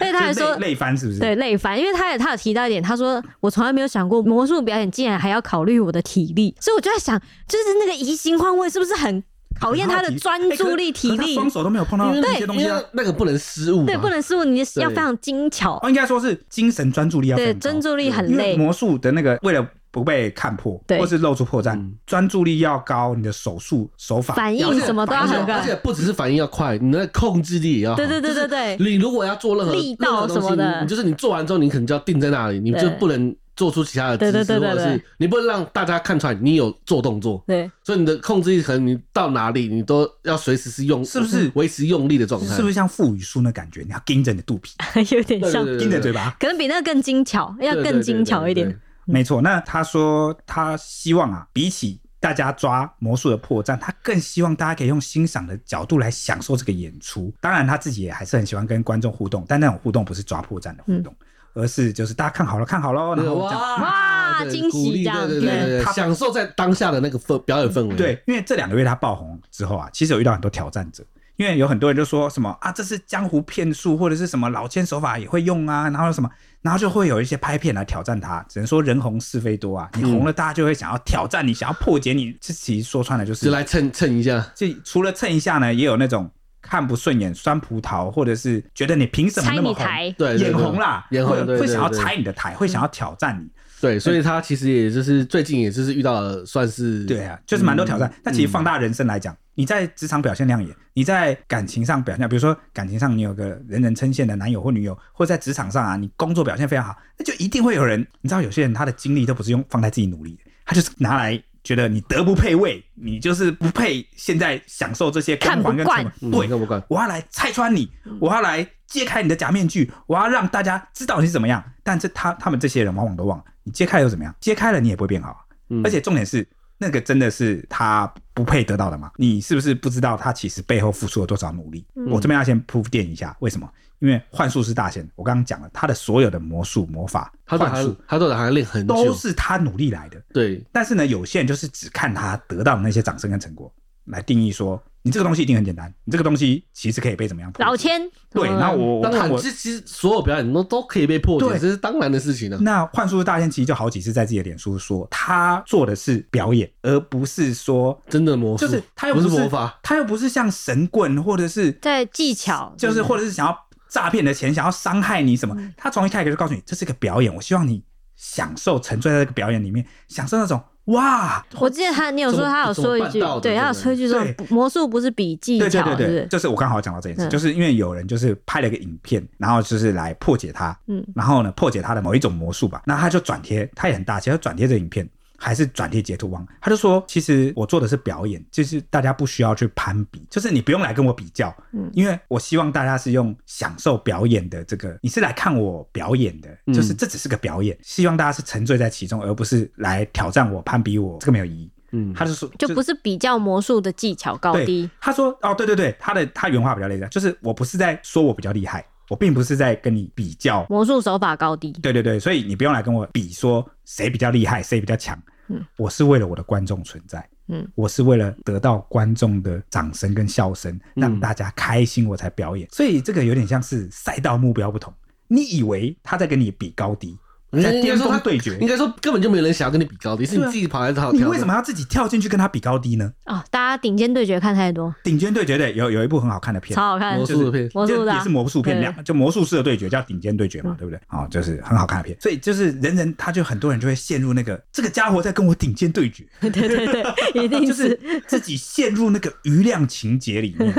B: 且他还
A: 就
B: 说
A: 累累翻是不是？
B: 对，累烦，因为他也他有提到一点，他说我从来没有想过魔术表演竟然还要考虑我的体力，所以我就在想，就是那个移形换位是不是很考验他的专注力、体
A: 哎可是可是
B: 力
A: 他？双手都没有碰到那些东西
C: 因
A: 啊
C: 为。那个不能失误嘛，
B: 对，不能失误，你
C: 对
B: 要非常精巧，
A: 哦，应该说是精神专注力要非
B: 对，
A: 常高
B: 专注力很
A: 因为
B: 累，
A: 魔术的那个为了不被看破，
B: 对
A: 或是露出破绽
C: 嗯，
A: 专、注力要高，你的手速手法
B: 反应什么都要
C: 而且
B: 很高
C: 而。且不只是反应要快，你的控制力也要好。
B: 对对对对对
C: 就是你如果要做任何
B: 力道
C: 任何东西
B: 什么的
C: 你你就是你做完之后，你可能就要定在那里，你就
B: 对
C: 不能做出其他的姿
B: 对对
C: 势，
B: 对对
C: 或者是
B: 对
C: 你不能让大家看出来你有做动作。
B: 对，
C: 所以你的控制力可能你到哪里，你都要随时是用，
A: 是不是
C: 维持用力的状态？
A: 是不是像腹语术那感觉？你要盯着你的肚皮，
B: 有
C: 对
B: 点
C: 对
B: 像，
C: 对对
A: 盯着嘴巴。
B: 可能比那个更精巧，要
C: 对对
B: 更精巧一
C: 对
B: 点
C: 对。
A: 没错，那他说他希望啊，比起大家抓魔术的破绽，他更希望大家可以用欣赏的角度来享受这个演出。当然，他自己也还是很喜欢跟观众互动，但那种互动不是抓破绽的互动，
B: 嗯
A: 而是就是大家看好了，看好喽，然
C: 对
A: 后我们讲
B: 哇
C: 对
B: 惊喜
C: 鼓励
B: 这样
C: 对对对
A: 因为
C: 对
A: 他
C: 对，享受在当下的那个氛表演氛围。
A: 对，因为这两个月他爆红之后啊，其实有遇到很多挑战者，因为有很多人就说什么啊，这是江湖骗术或者是什么老千手法也会用啊，然后什么，然后就会有一些拍片来挑战他。只能说人红是非多啊，
C: 嗯
A: 你红了，大家就会想要挑战你，想要破解你。这其实说穿了就是，
C: 就来蹭蹭一下。
A: 这除了蹭一下呢，也有那种看不顺眼酸葡萄，或者是觉得你凭什么
B: 拆
A: 那么
B: 你
A: 红。
B: 台，
C: 对，对
A: 眼红，啦，
C: 眼红
A: 会
C: 对
A: 会
C: 对
A: 想要
C: 对
A: 拆你的台，会想要挑战你，
C: 对对，所以他其实也就是最近也就是遇到了算是
A: 对啊，就是蛮多挑战
C: 嗯。
A: 但其实放大人生来讲，你在职场表现亮眼，你在感情上表现，比如说感情上你有个人人称羡的男友或女友，或者在职场上啊，你工作表现非常好，那就一定会有人，你知道有些人他的精力都不是用放在自己努力的，他就是拿来。觉得你德不配位，你就是不配现在享受这些光环跟成
B: 看
A: 本。
C: 嗯
A: 对，
C: 看不惯。嗯
A: 我要来拆穿你，我要来揭开你的假面具，我要让大家知道你是怎么样。但是他他们这些人往往都忘了，你揭开又怎么样？揭开了你也不会变好啊、
C: 嗯
A: 而且重点是，那个真的是他不配得到的吗？你是不是不知道他其实背后付出了多少努力？
C: 嗯
A: 我这边要先铺垫一下，为什么？因为幻术师大仙，我刚刚讲了，他的所有的魔术、魔法、
C: 他都
A: 幻
C: 还
A: 术
C: 他都还练很
A: 都
C: 久，
A: 是他努力来的。
C: 对，
A: 但是呢，有些人就是只看他得到的那些掌声跟成果来定义说，你这个东西一定很简单，你这个东西其实可以被怎么样破解？
B: 老千，
A: 对，
B: 嗯
A: 那我我
C: 当
A: 看
C: 然
A: 我
C: 这其实所有表演都都可以被破
A: 对
C: 解，这是当然的事情了。啊
A: 那幻术大仙其实就好几次在自己的脸书说，他做的是表演，而不是说
C: 真的魔术
A: 就是他又
C: 不
A: 是
C: 是魔法，
A: 他又不是像神棍或者是
B: 在技巧嗯
A: 就是或者是想要诈骗你的钱，想要伤害你什么，他从一开始就告诉你这是个表演，我希望你享受沉醉在这个表演里面，享受那种哇。
B: 我记得他，你有说他有说一
C: 怎
B: 句
C: 么办到，的
B: 对，他有说一句说
A: 对
B: 魔术不是比技
A: 对对
B: 巧，
A: 对
B: 是不
A: 对，
B: 是？
A: 就是我刚好讲到这件事，
B: 嗯
A: 就是因为有人就是拍了个影片，然后就是来破解他，
B: 嗯
A: 然后呢破解他的某一种魔术吧，那他就转贴，他也很大气，他就转贴这个影片，还是转贴截图王，他就说，其实我做的是表演，就是大家不需要去攀比，就是你不用来跟我比较，
B: 嗯
A: 因为我希望大家是用享受表演的这个，你是来看我表演的，就是
C: 嗯
A: 这只是个表演，希望大家是沉醉在其中，而不是来挑战我、攀比我，这个没有意义。
C: 嗯，
A: 他就说，
B: 就不是比较魔术的技巧高低
A: 对，，他说哦，对对对，他的他原话比较类似，就是我不是在说我比较厉害，我并不是在跟你比较。
B: 魔术手法高低。
A: 对对对，所以你不用来跟我比说谁比较厉害，谁比较强。
B: 嗯，
A: 我是为了我的观众存在。
B: 嗯，
A: 我是为了得到观众的掌声跟笑声，
B: 嗯
A: 让大家开心我才表演。所以这个有点像是赛道目标不同。你以为他在跟你比高低，在
C: 应该
A: 巅
C: 说他
A: 峰对决
C: 应，该说根本就没人想要跟你比高低，是你
A: 对啊
C: 自己跑来找
A: 你为什么要自己跳进去跟他比高低呢？
B: 哦，大家顶尖对决看太多，
A: 顶尖对决对，有有一部很好看的片，
B: 超好看
C: 魔。术的片？
B: 魔术的啊
A: 也是魔术片
B: 对
A: 两就魔术师的对决叫顶尖对决嘛
B: 嗯，
A: 对不对？哦，就是很好看的片，所以就是人人他就很多人就会陷入那个这个家伙在跟我顶尖对决，
B: 对对对，一定
A: 就是是自己陷入那个余量情节里 面，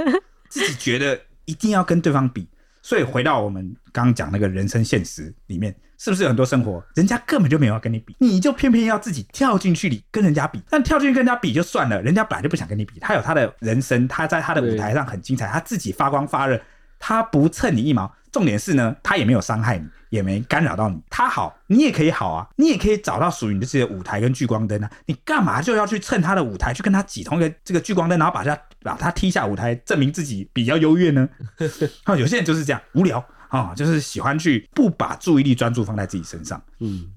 A: 自己觉得一定要跟对方比。所以回到我们刚刚讲那个人生现实里面，是不是有很多生活人家根本就没有要跟你比，你就偏偏要自己跳进去里跟人家比？但跳进去跟人家比就算了，人家本来就不想跟你比，他有他的人生，他在他的舞台上很精彩，他自己发光发热，他不蹭你一毛。重点是呢，他也没有伤害你，也没干扰到你，他好，你也可以好啊，你也可以找到属于你自己的舞台跟聚光灯啊。你干嘛就要去蹭他的舞台，去跟他挤同一个这个聚光灯，然后把他把他踢下舞台，证明自己比较优越呢？啊，有些人就是这样无聊啊、就是喜欢去不把注意力专注放在自己身上。
C: 嗯，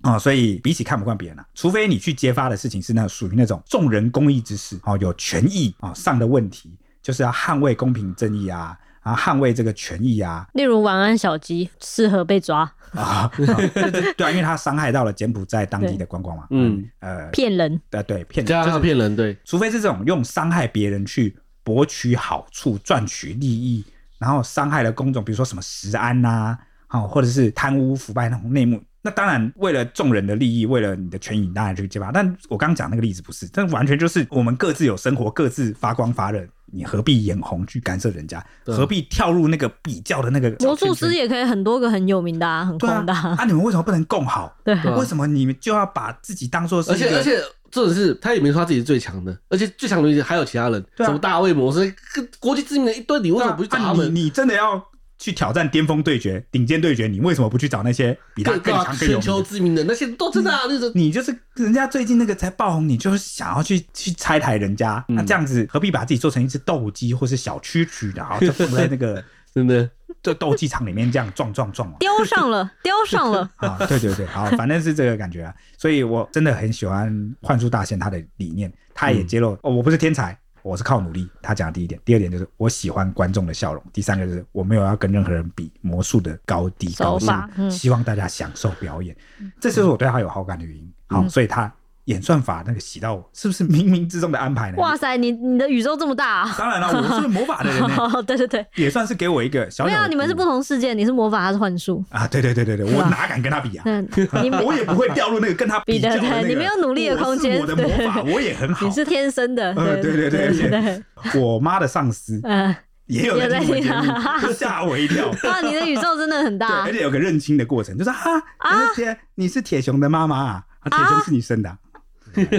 A: 啊、所以比起看不惯别人啊，除非你去揭发的事情是那属于那种众人公益之事，哦，有权益啊、上的问题，就是要捍卫公平正义啊，啊，捍卫这个权益啊，
B: 例如晚安小鸡适合被抓，
A: 啊， 对对对啊，因为他伤害到了柬埔寨当地的观光嘛，
C: 嗯，
A: 呃，
B: 骗人。
A: 呃，对，骗
C: 加
A: 人，
C: 上
A: 就是
C: 骗人，对，
A: 除非是这种用伤害别人去博取好处、赚取利益，然后伤害了公众，比如说什么食安呐、啊，哦，或者是贪污腐败那种内幕。那当然，为了众人的利益，为了你的权益，你当然去揭发。但我刚刚讲那个例子不是，但完全就是我们各自有生活，各自发光发热，你何必眼红去干涉人家？
C: 对
A: 何必跳入那个比较的那个
B: 魔术
A: 小圈圈
B: 师也可以很多个很有名的、啊，很
A: 对啊
B: 红的、， 啊。
A: 啊，你们为什么不能共好？
B: 对，
C: 对啊
A: 为什么你们就要把自己当做是
C: 而
A: 一个
C: 且而且这种是他也没说他自己是最强的，而且最强的东西还有其他人，
A: 对啊
C: 什么大卫魔师，跟国际知名的一堆，你为
A: 对
C: 什
A: 啊
C: 么不去找
A: 啊
C: 他们？
A: 你你真的要去挑战巅峰对决、顶尖对决，你为什么不去找那些比他
C: 各
A: 更
C: 大
A: 强、更有
C: 啊全球
A: 名的？嗯
C: 知名的那些都真的啊，那 种
A: 你就是人家最近那个才爆红，你就是想要去去拆台人家，
C: 嗯
A: 那这样子何必把自己做成一只斗鸡或是小蛐蛐，然后 就放在那个
C: 真的
A: 就斗鸡场里面这样撞撞撞啊？
B: 雕上了，雕上了。
A: 啊，对对对，好，反正是这个感觉啊，所以我真的很喜欢幻术大仙他的理念，他也揭露、哦，我不是天才，我是靠努力。他讲的第一点，第二点就是我喜欢观众的笑容，第三个就是我没有要跟任何人比魔术的高低高
B: 手法
A: 下，
B: 嗯
A: 希望大家享受表演，这就是我对他有好感的原因。好，
B: 嗯
A: 所以他演算法那个洗到我，是不是冥冥之中的安排呢？
B: 哇塞，你你的宇宙这么大、啊。
A: 当然了，我是魔法的人呢、
B: 对对对，
A: 也算是给我一个小小
B: 没
A: 的
B: 有、
A: 鼓
B: 啊，
A: 舞。
B: 你们是不同世界，你是魔法，他是幻 术。
A: 啊？对对对对对，我
B: 吧
A: 哪敢跟他比啊？
B: 那你没
A: 我也不会掉入那个跟他比较的
B: 比的
A: 那
B: 对
A: 个。
B: 你没有努力的空间
A: 我是我的魔法
B: 对
A: 我也很好
B: 你。是天生的，
A: 呃
B: 对
A: 对对对
B: 对
A: 而且
B: 对，
A: 我妈的上司
B: 嗯，
A: 也有在听我们节
B: 也在听啊
A: 目，就吓我一跳。
B: 哇，你的宇宙真的很
A: 对，
B: 大啊
A: 而，且有个认亲的过程，就是哈，而且你是铁熊的妈妈啊，啊铁熊是你生的啊，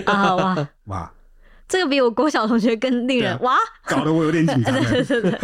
B: 啊哇，
A: 哇，
B: 这个比我国小同学更令人
C: 对
B: 哇，
A: 啊搞得我有 点紧张了，啊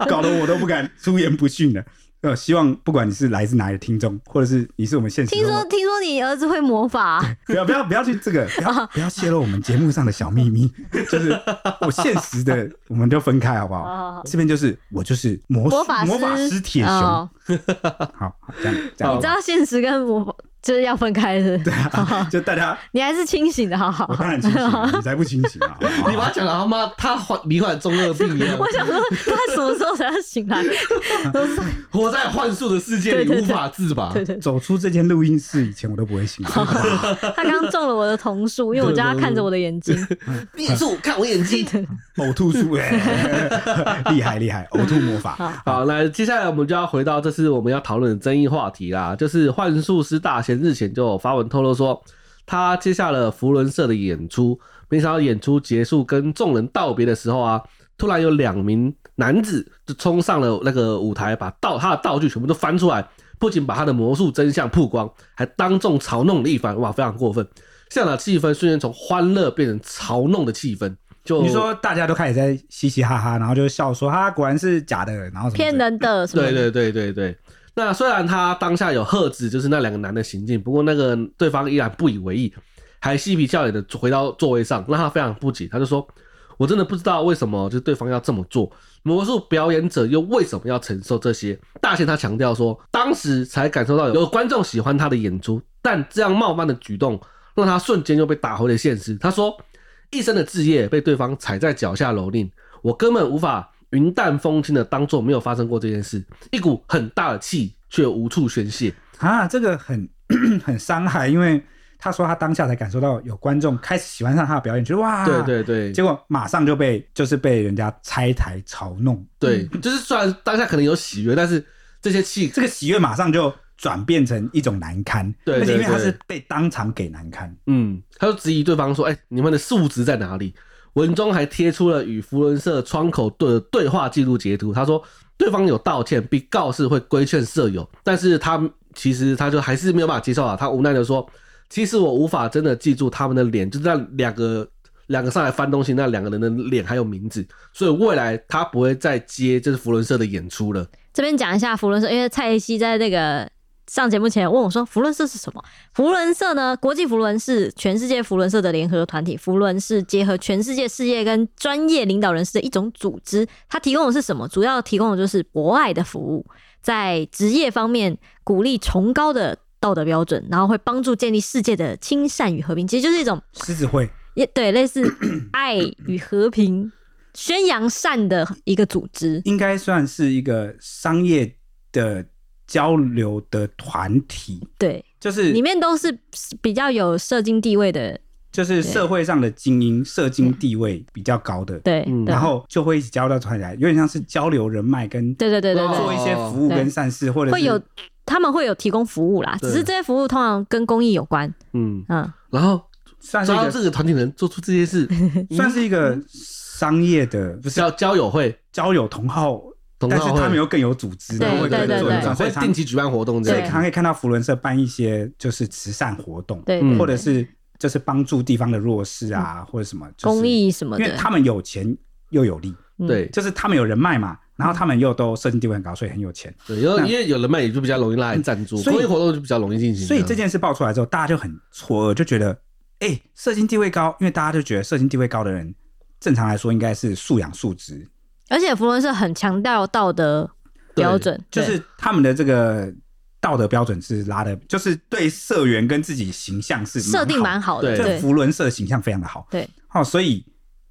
A: 嗯搞得我都不敢出言不逊了。呃，希望不管你是来自哪里的听众，或者是你是我们现实中
B: 听
A: 的，
B: 说听说你儿子会魔法啊、
A: 不要不要不要去 这个，不要不要泄露我们节目上的小秘密，就是我现实的，我们就分开好不
B: 哦好好
A: 好
B: 好？
A: 这边就是我就是魔术
B: 魔法师
A: 魔法师铁熊，
B: 哦
A: 好，好这样这
B: 你知
A: 样
B: 道哦现实跟魔法就是要分开的，
A: 好，就大家
B: 你还是清醒的，好好
A: 我。当然清醒
B: 哦
A: 了，你才不清醒 啊！好
C: 你把他讲的他妈他患罹患中二病一 样，
B: 我想说，他什么时候才要醒 来？都是
C: 活在幻术的世界
B: 对对
C: 里
B: 对
C: 无法自 拔。
B: 对对，
A: 走出这间录音室以前，我都不会醒。
B: 他刚刚中了我的瞳术，因为我叫他看着我的眼睛。
C: 变术，看我眼睛。
A: 呕 吐术，哎厉害厉
B: 哦
A: 害，呕吐魔法。
C: 好，那接下来我们就要回到这次我们要讨论的争议话题啦，就是幻术师大贤日前就有发文透露说，他接下了福伦社的演出，没想到演出结束跟众人道别的时候啊，突然有两名男子就冲上了那个舞台，把道他的道具全部都翻出来，不仅把他的魔术真相曝光，还当众嘲弄了一番，哇，非常过分！现场气氛瞬间从欢乐变成嘲弄的气氛，就
A: 你说大家都开始在嘻嘻哈哈，然后就笑说哈果然是假的，然后什么之类
B: 骗
A: 的
B: 人的什么的
C: 对对对对对。那虽然他当下有喝止，就是那两个男的行径，不过那个对方依然不以为意，还嬉皮笑脸的回到座位上，让他非常不解。他就说：“我真的不知道为什么，就是对方要这么做，魔术表演者又为什么要承受这些？”大仙他强调说，当时才感受到有观众喜欢他的演出，但这样冒犯的举动让他瞬间又被打回了现实。他说：“一生的志业被对方踩在脚下蹂躏，我根本无法云淡风轻的当做没有发生过这件事，一股很大的气却无处宣泄。
A: 啊，这个很 很伤害，因为他说他当下才感受到有观众开始喜欢上他的表演，觉得哇，
C: 对对对
A: 结果马啊上就被就是被人家拆台嘲弄，
C: 对，就是虽然当下可能有喜悦，但是这些气
A: 这个喜悦马上就转变成一种难堪，
C: 对对
A: 而且因为他
C: 对
A: 是被当场给难堪，
C: 嗯，他就质疑对方说：“哎、你们的数值在哪里？”文中还贴出了与福伦社窗口的对话记录截图。他说，对方有道歉，并告示会规劝舍友，但是他其实他就还是没有办法接受啊。他无奈的说：“其实我无法真的记住他们的脸，就是那两个两个上来翻东西那两个人的脸还有名字，所以未来他不会再接就是福伦社的演出了。
B: 这边讲一下福伦社，因为蔡依熙在那个上节目前问我说，福伦社是什么？福伦社呢？国际福伦是全世界福伦社的联合团体，福伦是结合全世界事业跟专业领导人士的一种组织。它提供的是什么？主要提供的就是博爱的服务，在职业方面鼓励崇高的道德标准，然后会帮助建立世界的亲善与和平，其实就是一种
A: 狮子会
B: 也对类似爱与和平、宣扬善的一个组织。
A: 应该算是一个商业的交流的团体，
B: 对，
A: 就是
B: 里面都是比较有社经地位的，
A: 就是社会上的精英、社经地位比较高的，
B: 对，
C: 嗯
B: 对
A: 然后就会一起交流到团体来，有点像是交流人脉跟
B: 对对对对
C: 哦
A: 做一
B: 对，
A: 些服务跟善事，或者是
B: 会有他们会有提供服务啦，
C: 对
B: 只是这些服务通常跟公益有关，
C: 嗯，
B: 嗯，
C: 然后
A: 算是一
C: 抓到
A: 个
C: 这个团体的人做出这些事，
B: 嗯
A: 算是一个商业的，不是
C: 交交友会。
A: 交友同好，
C: 同好
A: 但
C: 会
A: 是他们又更有组织，
B: 对
A: 然后会
B: 对
A: 更
B: 对
A: 做
B: 对
A: 得上，所
C: 会
A: 以常
C: 定期举办活动这
A: 所以
C: 样。
A: 常可以看到福伦社办一些就是慈善活动，
B: 对，
C: 嗯
B: 对
A: 或者是就是帮助地方的弱势啊，或者什么就是
B: 公益什么
A: 因为
B: 的，
A: 他们有钱又有力，
B: 嗯
C: 对
A: 就是他们有人脉嘛，然后他们又都社经地位很高，所以很有钱。
C: 对，因为
A: 那
C: 因为有人脉也就比较容易拉来赞助，
A: 嗯所以
C: 公益活动就比较容易进行。啊
A: 所以
B: 嗯
A: 这件事爆出来之后，大家就很错愕，就觉得，哎、社经地位高，因为大家就觉得社经地位高的人，正常来说应该是素养素质，
B: 而且福伦社很强调道德标准，
A: 就
B: 对
A: 是他们的这个道德标准是拉的，就是对社员跟自己形象是
B: 设定蛮
A: 蛮
B: 好的，
C: 对
A: 就
B: 对
A: 福伦社的形象非常的好，
B: 对，
A: 哦，所以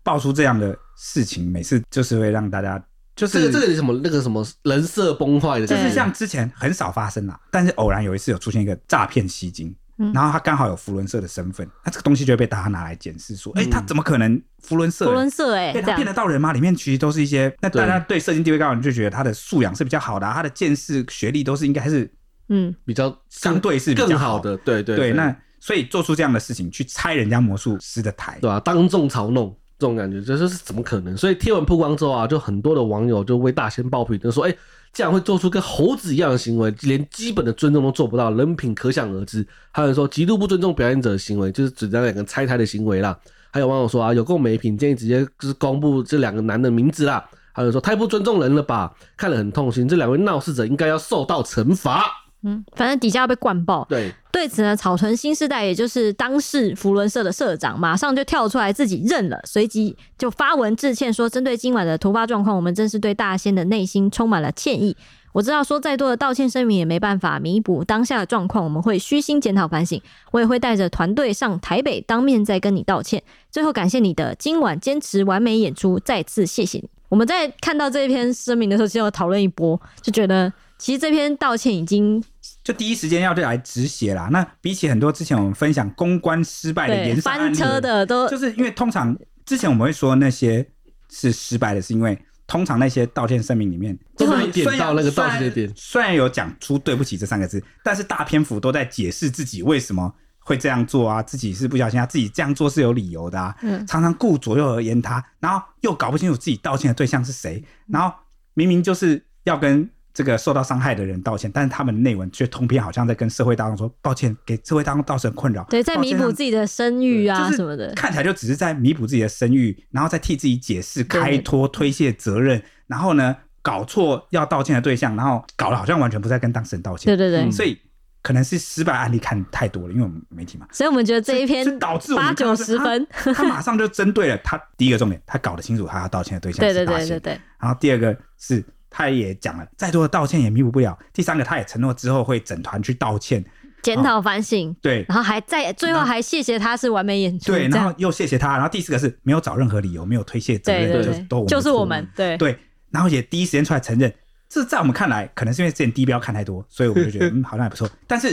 A: 爆出这样的事情，每次就是会让大家就
C: 这
A: 是
C: 个这个什么那个什么人设崩坏的
A: 就
C: 感觉，
B: 嗯
A: 是像之前很少发生啦，但是偶然有一次有出现一个诈骗吸金，
B: 嗯
A: 然后他刚好有福伦社的身份，那这个东西就会被大家拿来检视，说，哎、他怎么可能福伦社
B: 嗯福伦
A: 人？
B: 社哎、
A: 被
B: 这
A: 他骗得
B: 样，
A: 到人吗？里面其实都是一些，那
C: 对
A: 大家对社经地位高的人就觉得他的素养是比较好的啊、他的见识、学历都是应该是
B: 嗯，
C: 比较
A: 相对是比较
C: 更
A: 好
C: 好的，对对
A: 对。那所以做出这样的事情去拆人家魔术师的台，
C: 对吧、当众嘲弄这种感觉，这就是怎么可能？所以贴文曝光之后啊，就很多的网友就为大仙抱不平，就说：“哎、竟然会做出跟猴子一样的行为，连基本的尊重都做不到，人品可想而知。”还有人说极度不尊重表演者的行为，就是指这两个人拆台的行为啦。还有网友说啊，有够没品，建议直接就是公布这两个男的名字啦。还有人说太不尊重人了吧，看了很痛心，这两位闹事者应该要受到惩罚。
B: 嗯，反正底下被灌爆，
C: 对，
B: 对此呢，草屯新世代，也就是当事福伦社的社长，马上就跳出来自己认了，随即就发文致歉说，针对今晚的突发状况，我们真是对大仙的内心充满了歉意。我知道说再多的道歉声明也没办法弥补当下的状况，我们会虚心检讨反省，我也会带着团队上台北当面再跟你道歉。最后感谢你的今晚坚持完美演出，再次谢谢你。我们在看到这篇声明的时候，其实有讨论一波，就觉得其实这篇道歉已经
A: 就第一时间要就来止血啦。那比起很多之前我们分享公关失败的
B: 对
A: 延
B: 翻车
A: 的。
B: 的都
A: 哎就是因为通常之前我们会说那些是失败的，是因为通常那些道歉声明里面
C: 都
A: 虽
C: 没
A: 然
C: 点到那个道歉的
A: 虽
C: 点
A: 然虽然有讲出“对不起”这三个字，但是大篇幅都在解释自己为什么会这样做啊，自己是不小心啊，自己这样做是有理由的啊，
B: 嗯
A: 常常顾左右而言
B: 嗯
A: 他，然后又搞不清楚自己道歉的对象是谁，然后明明就是要跟这个受到伤害的人道歉，但是他们内文却通篇好像在跟社会大众说抱歉，给社会大众造成困扰，
B: 对，在
A: 抱歉
B: 弥补
A: 让
B: 自己的声誉啊
A: 就是
B: 什么的。
A: 看起来就只是在弥补自己的声誉，然后再替自己解释、开脱、推卸责任，然后呢搞错要道歉的对象，然后搞得好像完全不在跟当事人道
B: 对
A: 歉，
B: 对对，
C: 嗯
A: 所以可能是失败案例看太多了，因为我们 媒体嘛，
B: 所以我们觉得这一篇
A: 所以导致我
B: 八
A: 们看
B: 九
A: 到是啊
B: 十分，
A: 他他马上就针对了他第一个重点，他搞得清楚他要道歉的对象
B: 对对
A: 是大
B: 对对
A: 贤，
B: 对，
A: 然后第二个是。他也讲了，再多的道歉也弥补不了。第三个，他也承诺之后会整团去道歉。
B: 检讨反省，
A: 对，
B: 然后还在最后还谢谢他是完美演出，
A: 对，
B: 这
A: 然
B: 样
A: 后又谢谢他，然后第四个是没有找任何理由，没有推卸责
B: 对
A: 任，
B: 对
A: 就是都
B: 对，就是
A: 我
B: 我
A: 们
B: 们对
A: 错。对，然后也第一时间出来承认，这在我们看来，可能是因为之前低标看太多，所以我们 就觉得嗯好像还不错，但是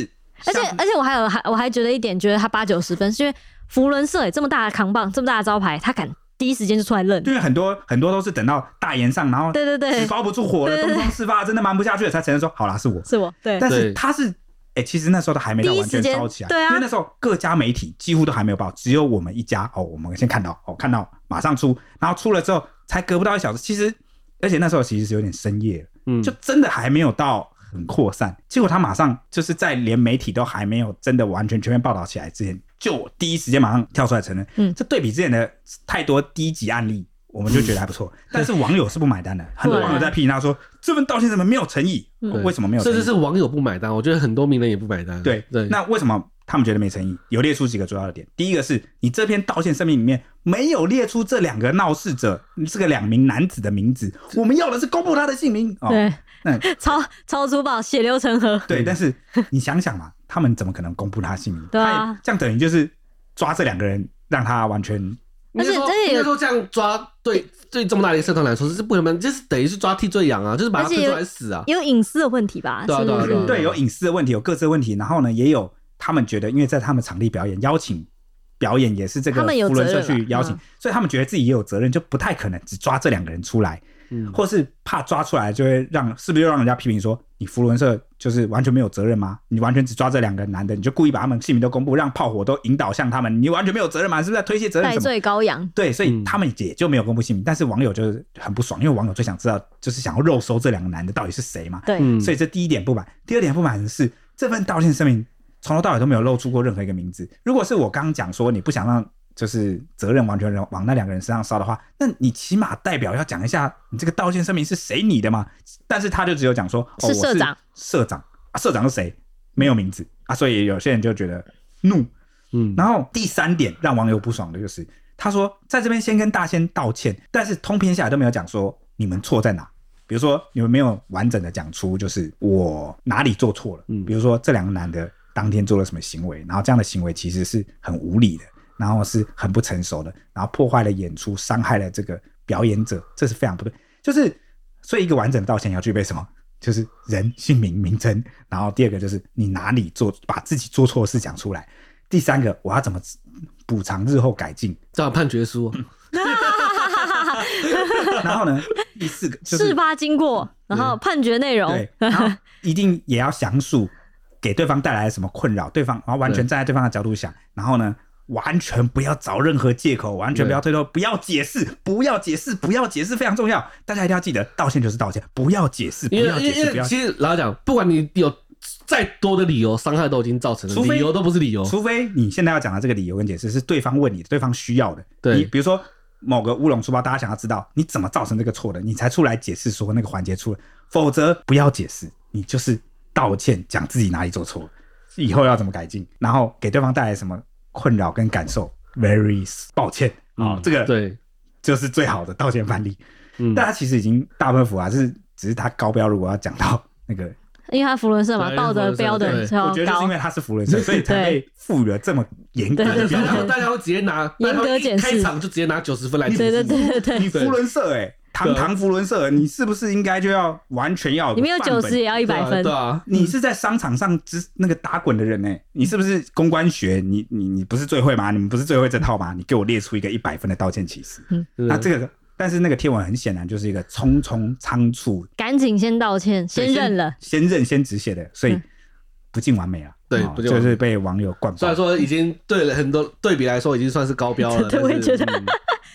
B: 而且
A: 像
B: 而且我还有还我还觉得一点，觉得他八九十分，是因为福伦社也这么大的扛棒，这么大的招牌，他敢第一时间就出来认，
A: 因为很多很多都是等到大炎上，然后
B: 对对对
A: 纸，包不住火了，
B: 对对对
A: 东窗事发，真的瞒不下去了，才承认说好啦是我，
B: 是我对
A: 但是
C: 对
A: 他是。哎、其实那时候都还没到
B: 第一
A: 完
B: 时
A: 全
B: 间
A: 烧起来，
B: 对啊
A: 因为那时候各家媒体几乎都还没有报，只有我们一家哦，我们先看到哦，看到马上出，然后出了之后才隔不到一小时，其实而且那时候其实是有点深夜了，
C: 嗯，
A: 就真的还没有到很扩散。结果他马上就是在连媒体都还没有真的完全全面报道起来之前，就第一时间马上跳出来承认。
B: 嗯
A: 这对比之前的太多低级案例，我们就觉得还不
C: 嗯
A: 错。但是网友是不买单的，很多网友在批评他说这份道歉怎么没有诚意？
B: 嗯
A: 哦为什么没有诚
C: 甚
A: 意？
C: 至是网友不买单，我觉得很多名人也不买单。
A: 对
C: 对，
A: 那为什么他们觉得没诚意？有列出几个主要的点。第一个是你这篇道歉声明里面没有列出这两个闹事者，这个两名男子的名字。我们要的是公布他的姓名。哦，
B: 对，
A: 那
B: 超超粗暴，血流成河，
A: 对，
C: 嗯
A: 但是你想想嘛，他们怎么可能公布他姓名？
B: 对啊
A: 他也这样等于就是抓这两个人，让他完全
C: 应该说
B: 而且这也
C: 应该说这样抓对对这么大的一个社团来说是不可能，就是等于是抓替罪羊啊，就是把他
B: 而且
C: 推出
B: 有
C: 来死啊。
B: 因为隐私的问题吧，
C: 对啊
B: 是不
C: 对啊
B: 是？
A: 对有隐私的问题，有各自的问题，然后呢，也有他们觉得，因为在他们场地表演，邀请表演也是这个
B: 他们有
A: 福伦
B: 责
A: 社
B: 任
A: 去
B: 啦
A: 邀请
B: 嗯，
A: 所以他们觉得自己也有责任，就不太可能只抓这两个人出来，
C: 嗯，
A: 或是怕抓出来就会让是不是又让人家批评说你福伦社就是完全没有责任吗？你完全只抓这两个男的，你就故意把他们姓名都公布，让炮火都引导向他们，你完全没有责任吗？是不是在推卸责任
B: 戴
A: 什么？
B: 罪羔羊，
A: 对，所以
C: 嗯
A: 他们也就没有公布姓名，但是网友就是很不爽，因为网友最想知道就是想要肉搜这两个男的到底是谁嘛。
B: 对，
C: 嗯，
A: 所以这第一点不满，第二点不满是这份道歉声明从头到尾都没有露出过任何一个名字。如果是我刚刚讲说你不想让就是责任完全往那两个人身上烧的话，那你起码代表要讲一下你这个道歉声明是谁拟的嘛？但是他就只有讲说哦，
B: 是
A: 我
B: 社长，
A: 社长啊，社长是谁？没有名字啊，所以有些人就觉得怒。
C: 嗯，
A: 然后第三点让网友不爽的就是，他说在这边先跟大仙道歉，但是通篇下来都没有讲说你们错在哪。比如说你们没有完整的讲出，就是我哪里做错了。
C: 嗯
A: 比如说这两个男的当天做了什么行为，然后这样的行为其实是很无理的，然后是很不成熟的，然后破坏了演出，伤害了这个表演者，这是非常不对。就是所以一个完整的道歉要具备什么？就是人、姓名、名称，然后第二个就是你哪里做把自己做错的事讲出来，第三个我要怎么补偿日后改进，
C: 这样判决书
A: 嗯
C: 啊，
A: 然后呢，第四个就是
B: 事发经过，然后判决内容，
A: 对，然后一定也要详述给对方带来什么困扰，对方然后完全
C: 对
A: 站在对方的角度想，然后呢，完全不要找任何借口，完全不要推脱，不要解释，不要解释，不要解释，非常重要，大家一定要记得，道歉就是道歉，不要解释，不
C: 因为
A: 要
C: 因
A: 解
C: 为
A: 释，
C: 因
A: 不
C: 为
A: 要解释。
C: 其实老实讲，不管你有再多的理由，伤害都已经造成了，
A: 除非
C: 理由都不是理由。
A: 除非你现在要讲的这个理由跟解释是对方问你的，对方需要的。
C: 对
A: 你比如说某个乌龙书包，大家想要知道你怎么造成这个错的，你才出来解释说那个环节出了，否则不要解释，你就是道歉，讲自己哪里做错了，以后要怎么改进，然后给对方带来什么困扰跟感受，very 抱歉啊、
C: 嗯
A: 这个
C: 对，
A: 就是最好的道歉范例。
C: 嗯，
A: 大家其实已经大部分符合，啊是只是他高标，如果要讲到那个
B: 因为他福伦社嘛，
C: 对
B: 道德标
C: 因
B: 准
C: 为福伦社
B: 超
A: 我觉得就是
B: 高
A: 因为，他是福伦社，所以才被赋予了这么严
B: 对
A: 格的
B: 对
A: 标
B: 对
C: 然
A: 准
C: 后。大家会直接拿，
B: 严格
C: 大家会一
B: 检视
C: 开场就直接拿九十分来，
B: 对对，对对对，
A: 你福伦社哎、堂堂福伦社，你是不是应该就要完全要个
B: 你没有
A: 范本
B: 九十也要一
C: 一
B: 百分
C: 对，啊，
A: 你是在商场上之那个打滚的人呢、哎你是不是公关学？你你你不是最会吗？你们不是最会这套吗？你给我列出一个一百分的道歉启示。
C: 对
A: 那这个，但是那个贴文很显然就是一个匆匆仓促，
B: 赶紧先道歉，
A: 对
B: 先认了，，
A: 先认先止写的，所以
B: 嗯
A: 不尽完美了。
C: 对
A: 哦
C: 不尽
A: 就
C: 完美
A: 是被网友灌爆。
C: 虽然说已经对了很多对比来说已经算是高标了，
B: 对
C: 但是
B: 我也觉得
C: 嗯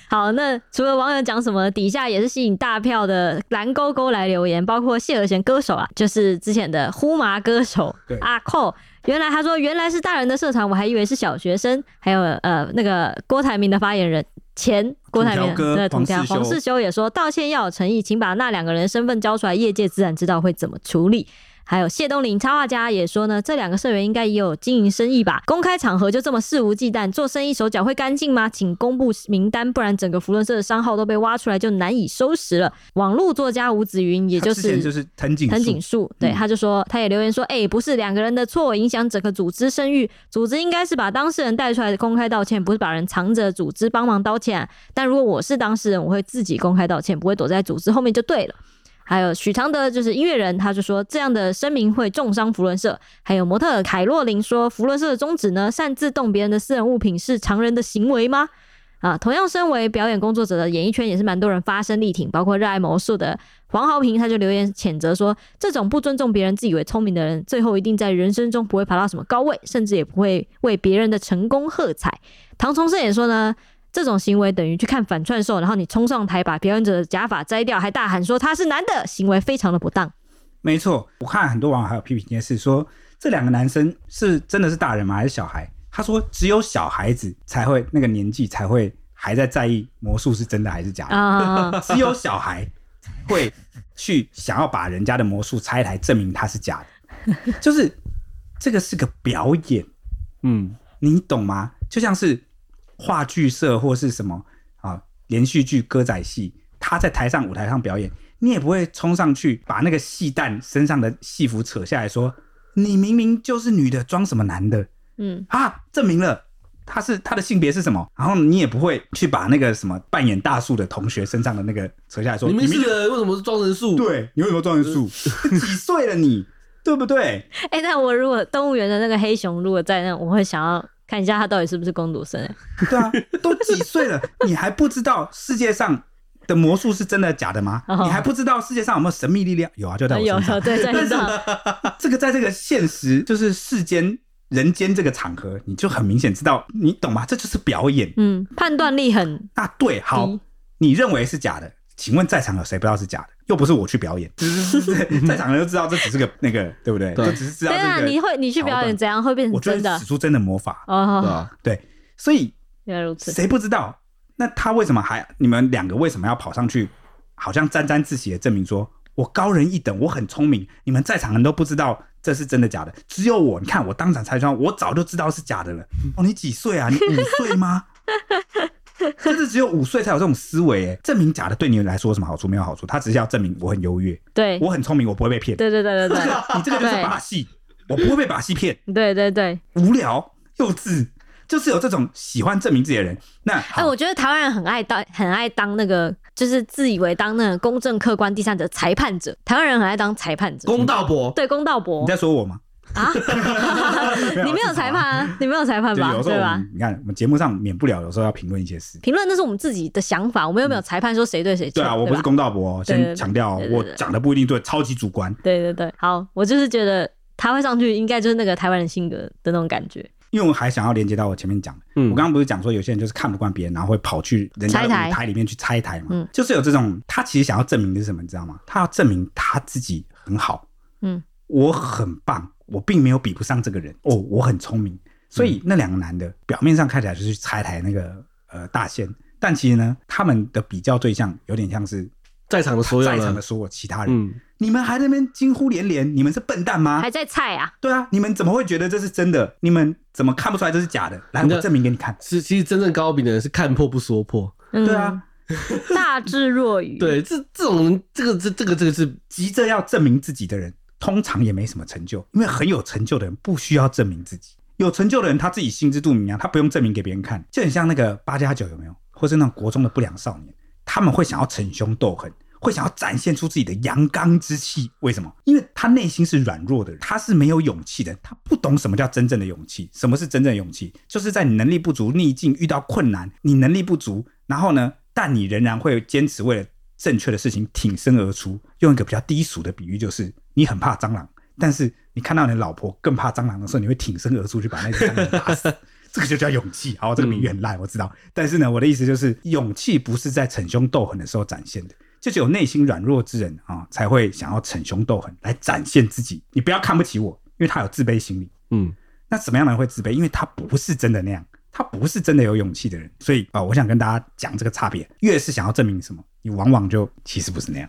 B: 好，那除了网友讲什么，底下也是吸引大票的蓝勾勾来留言，包括谢和弦歌手啊，就是之前的呼麻歌手
A: 对
B: 阿寇。原来他说原来是大人的社团，我还以为是小学生。还有呃那个郭台铭的发言人前郭台铭
A: 统条哥
B: 的统条
A: 黄世修
B: 黄世修也说道歉要有诚意，请把那两个人身份交出来，业界自然知道会怎么处理。还有谢东林插画家也说呢，这两个社员应该也有经营生意吧？公开场合就这么肆无忌惮，做生意手脚会干净吗？请公布名单，不然整个福伦社的商号都被挖出来，就难以收拾了。网络作家吴子云也
A: 他
B: 就
A: 之前
B: 是
A: 就是藤井
B: 藤井
A: 树
B: 树，对，
A: 嗯
B: 他就说，他也留言说，哎、不是两个人的错，影响整个组织声誉，组织应该是把当事人带出来公开道歉，不是把人藏着组织帮忙道歉啊、但如果我是当事人，我会自己公开道歉，不会躲在组织后面就对
A: 嗯
B: 了。还有许常德就是音乐人，他就说这样的声明会重伤福伦社。还有模特儿凯洛琳说，福伦社的宗旨呢，擅自动别人的私人物品是常人的行为吗？啊，同样身为表演工作者的演艺圈也是蛮多人发声力挺，包括热爱魔术的黄豪平，他就留言谴责说，这种不尊重别人、自以为聪明的人，最后一定在人生中不会爬到什么高位，甚至也不会为别人的成功喝彩。唐崇盛也说呢，这种行为等于去看反串秀，然后你冲上台把表演者的假发摘掉，还大喊说他是男的，行为非常的不当。
A: 没错，我看很多网友还有批评一件事，说这两个男生是真的是大人吗？还是小孩？他说只有小孩子才会那个年纪才会还在在意魔术是真的还 是假的，
B: 啊、
A: 只有小孩才会去想要把人家的魔术拆来证明它是假的，就是这个是个表演，
C: 嗯，
A: 你懂吗？就像是话剧社或是什么啊，连续剧、歌仔戏，他在台上舞台上表演，你也不会冲上去把那个戏蛋身上的戏服扯下来说，你明明就是女的，装什么男的
B: 嗯，
A: 啊？证明了。他是他的性别是什么？然后你也不会去把那个什么扮演大树的同学身上的那个扯下来说，
C: 你们
A: 明
C: 是
A: 明就
C: 人，为什么是装人术？，
A: 对，你为什么撞人树？几岁了你，对不对？
B: 哎、那我如果动物园的那个黑熊如果在那，我会想要看一下他到底是不是公主生、欸。
A: 对啊，都几岁了，你还不知道世界上的魔术是真的假的吗？
B: 哦
A: 你还不知道世界上有没有神秘力量？有啊，就在我
B: 有
A: 身
B: 有哎
A: 上。
B: 对，在
A: 但
B: 身
A: 是
B: 上。
A: 这个在这个现实就是世间人间这个场合，你就很明显知道，你懂吗？这就是表演。
B: 嗯，判断力很
A: 那对，好
B: 低，
A: 你认为是假的，请问在场有谁不知道是假的？又不是我去表演， 在场人都知道这只是个那个，对不对？
C: 对
A: 就只是知道
B: 对啊，
A: 这
B: 你
A: 个。
B: 会你去表演怎样会变
A: 我
B: 成
A: 就
B: 真的
A: 会使出真的魔法，
C: 对
B: 哦？
C: 吧？
A: 对，所以
B: 原来如此，
A: 谁不知道？那他为什么还你们两个为什么要跑上去，好像沾沾自喜的证明说我高人一等，我很聪明？你们在场人都不知道这是真的假的，只有我，你看我当场拆穿，我早就知道是假的了。
B: 嗯
A: 哦，你几岁啊？你五岁吗？甚至只有五岁才有这种思维，哎，证明假的对你来说有什么好处？没有好处，他只是要证明我很优越，
B: 对
A: 我很聪明，我不会被骗。
B: 对对对对
A: 这个你这个就是
B: 对
A: 把戏，我不会被把戏骗。
B: 对对对对。
A: 无聊、幼稚，就是有这种喜欢证明自己的人。那
B: 哎，
A: 好，
B: 我觉得台湾人很爱当很爱当那个，就是自以为当那个公正、客观、第三者、裁判者。台湾人很爱当裁判者，
C: 公道伯，
B: 对公道伯
A: 你在说我吗？
B: 啊， 你没有裁判啊，你没有裁判
A: 对，
B: 吧
A: 有，时候
B: 对
A: 我
B: 吧？
A: 们你看，我们节目上免不了有时候要评论一些事。
B: 评论那是我们自己的想法，我们又没有裁判说谁对谁错。
A: 嗯对啊，我不
B: 吧
A: 是公道伯哦，
B: 对对
A: 先强调哦
B: 对对对
A: 我讲的不一定对，超级主观。
B: 对对对，好，我就是觉得他会上去，应该就是那个台湾人性格的那种感觉。
A: 因为我还想要连接到我前面讲的，
C: 嗯
A: 我刚刚不是讲说有些人就是看不惯别人，然后会跑去人家的
B: 拆台
A: 舞台里面去拆台嘛，
B: 嗯
A: 就是有这种，他其实想要证明的是什么，你知道吗？他要证明他自己很好，
B: 嗯，
A: 我很棒，我并没有比不上这个人，哦，我很聪明，所
B: 嗯
A: 以那两个男的表面上看起来就是去拆台那个呃大仙，但其实呢，他们的比较对象有点像是
C: 在场的所有
A: 在场的
C: 人，
A: 所有其他人，
C: 嗯，
A: 你们还在那边惊呼连连，你们是笨蛋吗
B: 还？在菜啊，
A: 对啊，你们怎么会觉得这是真的？你们怎么看不出来这是假的？来，
C: 你的
A: 我证明给你看。
C: 是其实真正高明的人是看破不说破，
B: 嗯
A: 对啊，，
B: 大智若
A: 嗯
B: 愚。
C: 对，这这种人，这个这这个这个是
A: 急着要证明自己的人，通常也没什么成就，因为很有成就的人不需要证明自己。有成就的人他自己心知肚明啊，他不用证明给别人看。就很像那个八加九有没有，或是那种国中的不良少年，他们会想要逞凶斗狠，会想要展现出自己的阳刚之气。为什么？因为他内心是软弱的人，他是没有勇气的，他不懂什么叫真正的勇气。什么是真正的勇气？就是在你能力不足、逆境遇到困难，你能力不足，然后呢，但你仍然会坚持为了正确的事情挺身而出。用一个比较低俗的比喻，就是你很怕蟑螂，但是你看到你的老婆更怕蟑螂的时候，你会挺身而出去把那只蟑螂打死。这个就叫勇气。好，这个比喻很烂，我知道。但是呢，我的意思就是，勇气不是在逞凶斗狠的时候展现的，就只有内心软弱之人啊、才会想要逞凶斗狠来展现自己。你不要看不起我，因为他有自卑心理。
C: 嗯，
A: 那怎么样的人会自卑？因为他不是真的那样，他不是真的有勇气的人。所以啊、呃我想跟大家讲这个差别。越是想要证明什么，你往往就其实不是那样。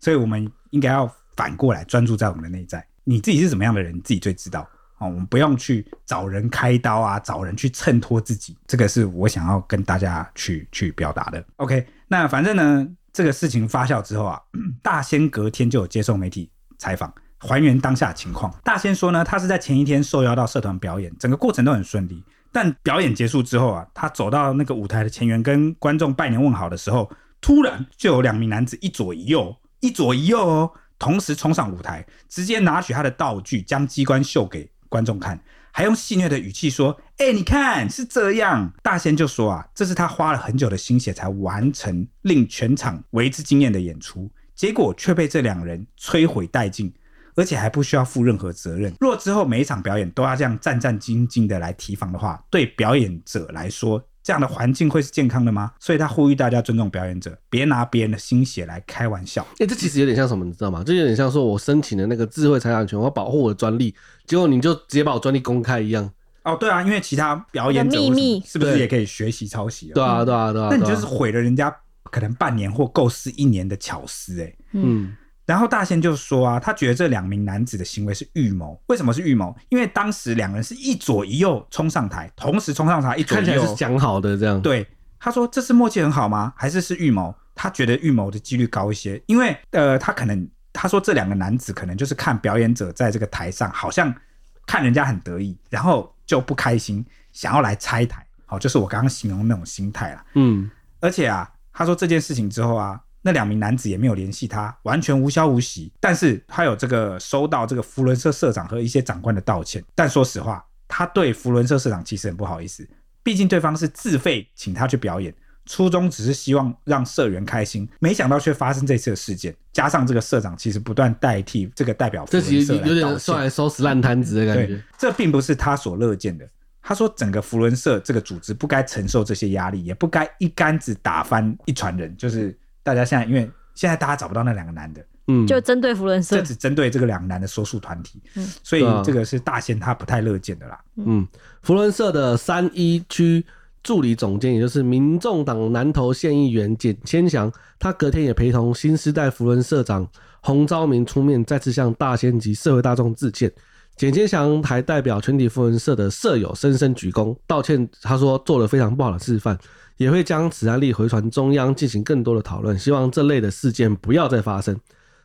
A: 所以我们应该要反过来专注在我们的内在，你自己是什么样的人，你自己最知道啊、哦。我们不用去找人开刀啊，找人去衬托自己，这个是我想要跟大家去去表达的。OK，那反正呢，这个事情发酵之后啊， 大仙隔天就有接受媒体采访，还原当下情况。大仙说呢，他是在前一天受邀到社团表演，整个过程都很顺利。但表演结束之后啊，他走到那个舞台的前缘，跟观众拜年问好的时候，突然就有两名男子一左一右，一左一右哦，同时冲上舞台，直接拿取他的道具，将机关秀给观众看，还用戏谑的语气说：“哎、你看是这样。”大仙就说啊，这是他花了很久的心血才完成令全场为之惊艳的演出，结果却被这两人摧毁殆尽。而且还不需要负任何责任。若之后每一场表演都要这样战战兢兢的来提防的话，对表演者来说，这样的环境会是健康的吗？所以他呼吁大家尊重表演者，别拿别人的心血来开玩笑。
C: 哎、这其实有点像什么，你知道吗？这有点像说我申请的那个智慧财产权，我要保护我的专利，结果你就直接把我专利公开一样。
A: 哦，对啊，因为其他表演者
B: 有秘密
A: 是不是
C: 对
A: 也可以学习抄袭？
C: 对，啊，对啊，对啊。
A: 嗯那你
C: 对啊
A: 就是毁了人家可能半年或构思一年的巧思、欸，
C: 嗯
A: 然后大仙就说啊，他觉得这两名男子的行为是预谋。为什么是预谋？因为当时两人是一左一右冲上台，同时冲上台，一左
C: 看
A: 一
C: 起来
A: 右
C: 是讲好的这样。，
A: 对，他说这是默契很好吗？还是是预谋？他觉得预谋的几率高一些，因为呃，他可能他说这两个男子可能就是看表演者在这个台上，好像看人家很得意，然后就不开心，想要来拆台。好、就是我刚刚形容的那种心态啦。
C: 嗯，
A: 而且啊，他说这件事情之后啊，那两名男子也没有联系他，完全无消无息。但是他有这个收到这个福伦社社长和一些长官的道歉。但说实话，他对福伦社社长其实很不好意思，毕竟对方是自费请他去表演。初衷只是希望让社员开心，没想到却发生这次的事件。加上这个社长其实不断代替这个代表福
C: 这
A: 伦
C: 其
A: 社
C: 实
A: 来
C: 有
A: 道
C: 点
A: 歉
C: 算来收拾烂摊子的感
A: 对
C: 啊觉。，
A: 这并不是他所乐见的。他说，整个福伦社这个组织不该承受这些压力，也不该一竿子打翻一船人。就是大家现在，因为现在大家找不到那两个男的，
C: 嗯，
B: 就针对弗伦
A: 这
B: 社，
A: 只针对这个两个男的说述团体，
B: 嗯
A: 所以
C: 对啊
A: 这个是大仙他不太乐见的啦。
C: 嗯，福伦社的三一区助理总监，也就是民众党南投县议员简千祥，他隔天也陪同新时代福伦社长洪昭明出面，再次向大仙及社会大众致歉。简千祥还代表全体福伦社的社友深深鞠躬道歉，他说做了非常不好的示范，也会将此案例回传中央进行更多的讨论，希望这类的事件不要再发生。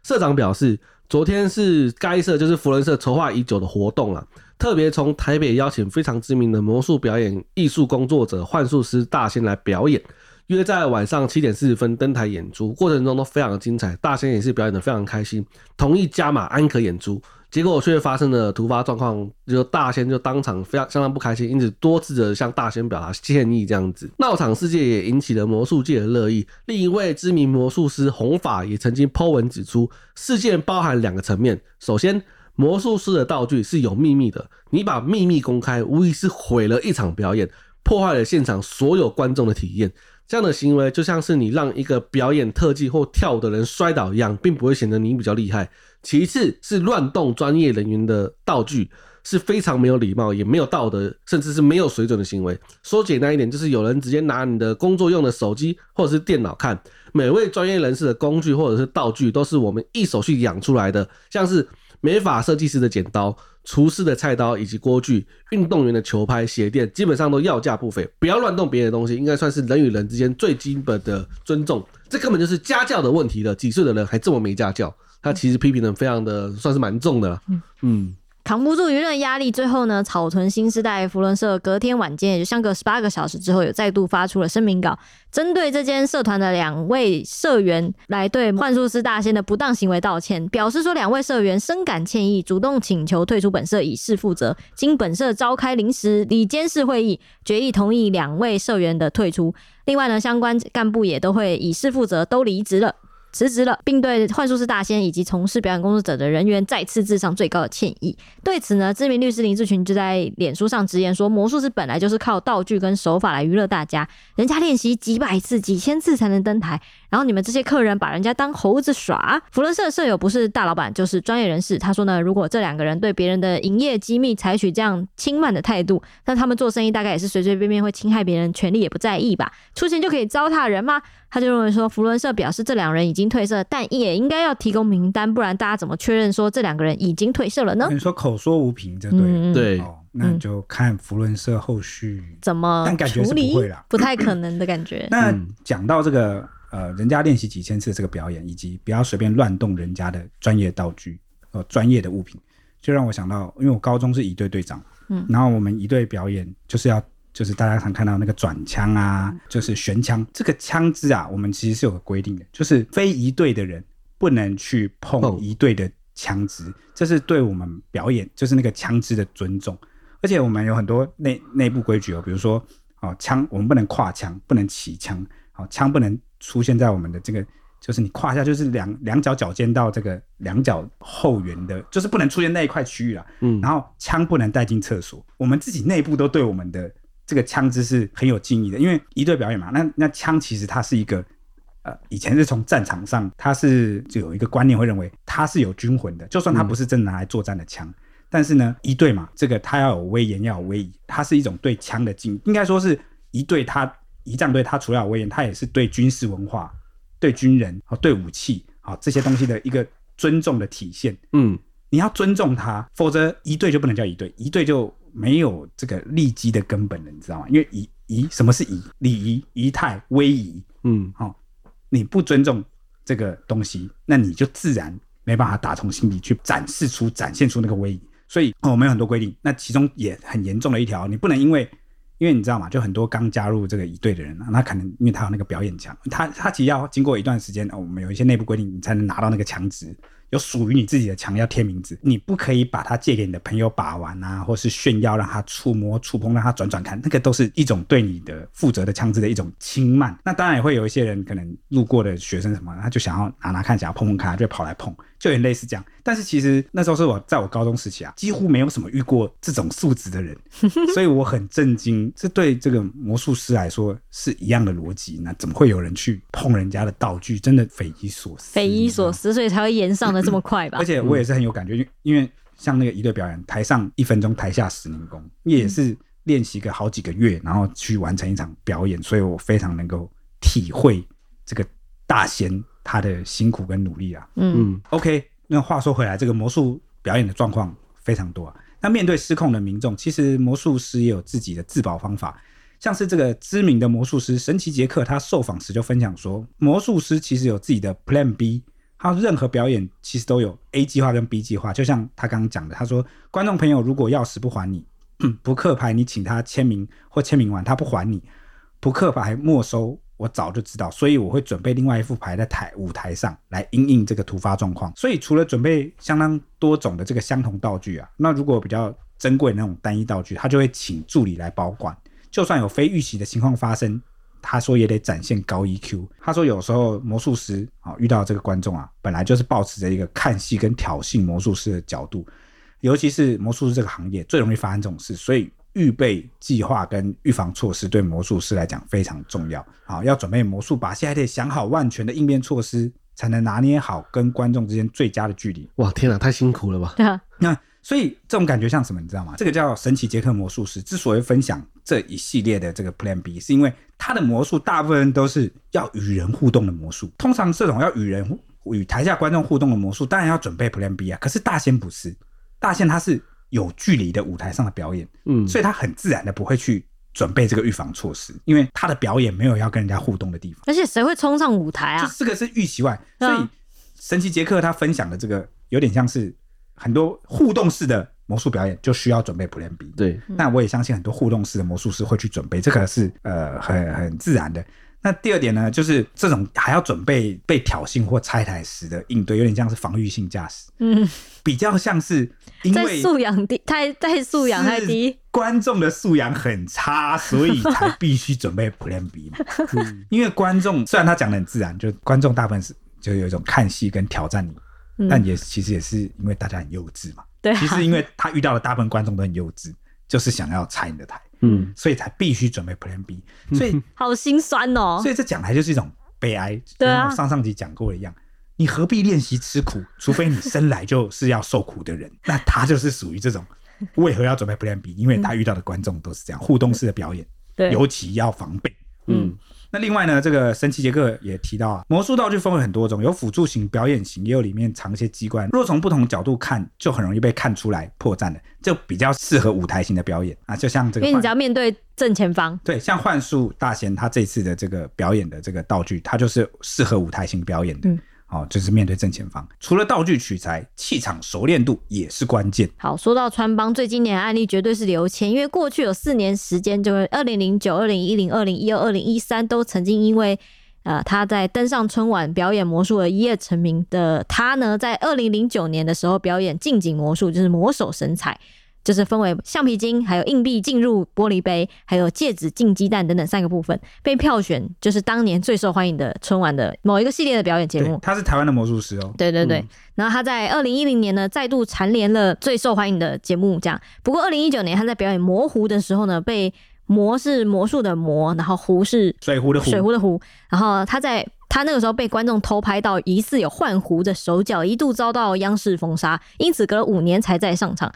C: 社长表示，昨天是该社就是福伦社筹划已久的活动啊，特别从台北邀请非常知名的魔术表演艺术工作者幻术师大仙来表演，约在晚上七点四十分登台演出，过程中都非常的精彩，大仙也是表演的非常开心，同意加码安可演出，结果却发生了突发状况，就大仙就当场非常相当不开心，因此多次的向大仙表达歉意，这样子闹场事件也引起了魔术界的热议。另一位知名魔术师弘法也曾经 Po 文指出，事件包含两个层面，首先。魔术师的道具是有秘密的，你把秘密公开，无疑是毁了一场表演，破坏了现场所有观众的体验。这样的行为就像是你让一个表演特技或跳舞的人摔倒一样，并不会显得你比较厉害。其次是乱动专业人员的道具，是非常没有礼貌、也没有道德，甚至是没有水准的行为。说简单一点，就是有人直接拿你的工作用的手机或者是电脑看。每位专业人士的工具或者是道具，都是我们一手去养出来的，像是美发设计师的剪刀、厨师的菜刀以及锅具、运动员的球拍、鞋垫，基本上都要价不菲。不要乱动别人的东西，应该算是人与人之间最基本的尊重。这根本就是家教的问题了。几岁的人还这么没家教？他其实批评的非常的，算是蛮重的啦。嗯，
B: 扛不住舆论压力，最后呢，草屯新时代福伦社隔天晚间，也就相隔十八个小时之后，有再度发出了声明稿，针对这间社团的两位社员来对幻术师大仙的不当行为道歉，表示说两位社员深感歉意，主动请求退出本社以示负责。经本社召开临时里监事会议，决议同意两位社员的退出。另外呢，相关干部也都会以示负责，都离职了。辞职了，并对幻术师大仙以及从事表演工作者的人员再次致上最高的歉意。对此呢，知名律师林志群就在脸书上直言说，魔术师本来就是靠道具跟手法来娱乐大家，人家练习几百次、几千次才能登台，然后你们这些客人把人家当猴子耍。福伦社的舍友不是大老板就是专业人士，他说呢，如果这两个人对别人的营业机密采取这样轻慢的态度，那他们做生意大概也是随随便便会侵害别人权利，也不在意吧？出钱就可以糟蹋人吗？他就认为说，福伦社表示这两人已经退社，但也应该要提供名单，不然大家怎么确认说这两个人已经退社了呢？
A: 你说口说无凭，这对了
B: 嗯
C: 对，
A: 哦，那就看福伦社后续。
B: 怎么
A: 但感觉是
B: 处理
A: 不会啦
B: 不太可能的感觉。
A: 那讲到这个呃，人家练习几千次这个表演，以及不要随便乱动人家的专业道具呃专业的物品，就让我想到，因为我高中是一队队长，
B: 嗯
A: 然后我们一队表演就是要。就是大家常看到那个转枪啊，就是旋枪，这个枪支啊，我们其实是有个规定的，就是非一队的人不能去碰
C: 碰
A: 一队的枪支，这是对我们表演就是那个枪支的尊重。而且我们有很多内内部规矩哦，比如说哦枪，我们不能跨枪，不能骑枪，哦枪不能出现在我们的这个，就是你跨下就是两两脚脚尖到这个两脚后缘的，就是不能出现那一块区域啦。
C: 嗯
A: 然后枪不能带进厕所，我们自己内部都对我们的这个枪支是很有敬意的，因为一队表演嘛，那那枪其实它是一个。呃，以前是从战场上，它是就有一个观念会认为它是有军魂的，就算它不是真的拿来作战的枪，但是呢，一队嘛，这个它要有威严，要有威仪，它是一种对枪的敬，应该说是一队它一战队它除了有威严，它也是对军事文化、对军人、哦、对武器啊、哦、这些东西的一个尊重的体现。
C: 嗯，
A: 你要尊重他，否则一队就不能叫一队，一队就没有这个立基的根本了，你知道吗？因为仪仪什么是仪？礼仪、仪态、威仪，
C: 嗯，
A: 哦，你不尊重这个东西，那你就自然没办法打从心底去展示出、展现出那个威仪。所以哦，我们有很多规定，那其中也很严重的一条，你不能因为，因为你知道嘛，就很多刚加入这个一队的人啊，那可能因为他有那个表演墙，他他其实要经过一段时间，哦，我们有一些内部规定，你才能拿到那个墙纸。有属于你自己的墙要贴名字，你不可以把它借给你的朋友把玩啊，或是炫耀让他触摸、触碰，让他转转看，那个都是一种对你的负责的枪支的一种轻慢。那当然也会有一些人可能路过的学生什么，他就想要拿拿看，想要碰碰看，就会跑来碰，就有点类似这样。但是其实那时候是我在我高中时期啊，几乎没有什么遇过这种素质的人，所以我很震惊，这对这个魔术师来说是一样的逻辑，那怎么会有人去碰人家的道具？真的匪夷所思，
B: 匪夷所
A: 思。
B: 思，所以才会延上的这么快吧
A: 而？且我也是很有感觉，因为因为像那个一队表演，台上一分钟，台下十年功，也是练习个好几个月，然后去完成一场表演，所以我非常能够体会这个大仙他的辛苦跟努力啊。
B: 嗯，
C: 嗯，
A: OK，那话说回来，这个魔术表演的状况非常多、啊。那面对失控的民众，其实魔术师也有自己的自保方法。像是这个知名的魔术师神奇杰克，他受访时就分享说，魔术师其实有自己的 Plan B，他任何表演其实都有 A 计划跟 B 计划。就像他刚刚讲的，他说，观众朋友如果钥匙不还你， 扑克牌你请他签名或签名完他不还你，扑克牌没收，我早就知道，所以我会准备另外一副牌在台舞台上来应应这个突发状况。所以除了准备相当多种的这个相同道具啊，那如果比较珍贵的那种单一道具，他就会请助理来保管。就算有非预期的情况发生，他说也得展现高 EQ。他说有时候魔术师啊、遇到这个观众啊，本来就是保持着一个看戏跟挑衅魔术师的角度，尤其是魔术师这个行业最容易发生这种事，所以预备计划跟预防措施对魔术师来讲非常重要。好，要准备魔术把戏，还得想好万全的应变措施，才能拿捏好跟观众之间最佳的距离。
C: 哇，天哪，太辛苦了吧？
B: 对啊，
A: 那所以这种感觉像什么，你知道吗？这个叫神奇杰克魔术师之所以分享这一系列的这个 Plan B，是因为他的魔术大部分都是要与人互动的魔术。通常这种要与人互与台下观众互动的魔术，当然要准备 Plan B 啊。可是大仙不是，大仙他是有距离的舞台上的表演，
C: 嗯，
A: 所以他很自然的不会去准备这个预防措施，因为他的表演没有要跟人家互动的地方。
B: 而且谁会冲上舞台
A: 就
B: 啊？
A: 这个是预期外，
B: 对
A: 所
B: 啊
A: 以神奇杰克他分享的这个有点像是很多互动式的魔术表演，就需要准备 Plan B。
C: 对，
A: 那我也相信很多互动式的魔术师会去准备，这个是呃很很自然的。那第二点呢，就是这种还要准备被挑衅或拆台时的应对，有点像是防御性驾驶，
B: 嗯，
A: 比较像是因
B: 在
A: 为
B: 素养低，太在素养太低
A: 是，观众的素养很差，所以 才必须准备 Plan B 嘛。因为观众虽然他讲的很自然，就观众大部分是就有一种看戏跟挑战你，
B: 嗯
A: 但也其实也是因为大家很幼稚 嘛。
B: 对啊
A: 其实因为他遇到的大部分观众都很幼稚，就是想要拆你的台，
C: 嗯，
A: 所以才必须准备 Plan B。所以，
B: 好心酸哦
A: 所。以这讲台就是一种悲哀，
B: 对啊
A: 就像我上上集讲过一样。你何必练习吃苦？除非你生来就是要受苦 的人，那他就是属于这种。为何要准备 Plan B？因为他遇到的观众都是这样，互动式的表演，
B: 对，
A: 尤其要防备。
C: 嗯，
A: 那另外呢，这个神奇杰克也提到啊，魔术道具分为很多种，有辅助型、表演型，也有里面藏一些机关。若从不同角度看，就很容易被看出来破绽的，就比较适合舞台型的表演啊。就像这
B: 因
A: 个
B: 为你只
A: 幻，
B: 要面对正前方，
A: 对，像幻术大仙他这次的这个表演的这个道具，它就是适合舞台型表演的。
B: 嗯
A: 哦，就是面对正前方。除了道具取材，气场熟练度也是关键。
B: 好，说到穿帮最经典的案例，绝对是刘谦，因为过去有四年时间，就是二零零九、二零一零、二零一二、二零一三，都曾经因为呃他在登上春晚表演魔术而一夜成名的他呢，在二零零九年的时候表演近景魔术，就是魔手神采。就是分为橡皮筋、还有硬币进入玻璃杯、还有戒指进鸡蛋等等三个部分，被票选就是当年最受欢迎的春晚的某一个系列的表演节
A: 对
B: 目，。
A: 他是台湾的魔术师哦。
B: 对对对，
C: 嗯
B: 然后他在二零一零年呢再度蝉联了最受欢迎的节目，这样。不过二零一九年他在表演《模糊》的时候呢，被“魔”是魔术的“魔”，然后“湖”是
A: 水壶的壶，
B: 水壶的“湖”，然后他在他那个时候被观众偷拍到疑似有换壶的手脚，一度遭到央视封杀，因此隔了五年才再上场。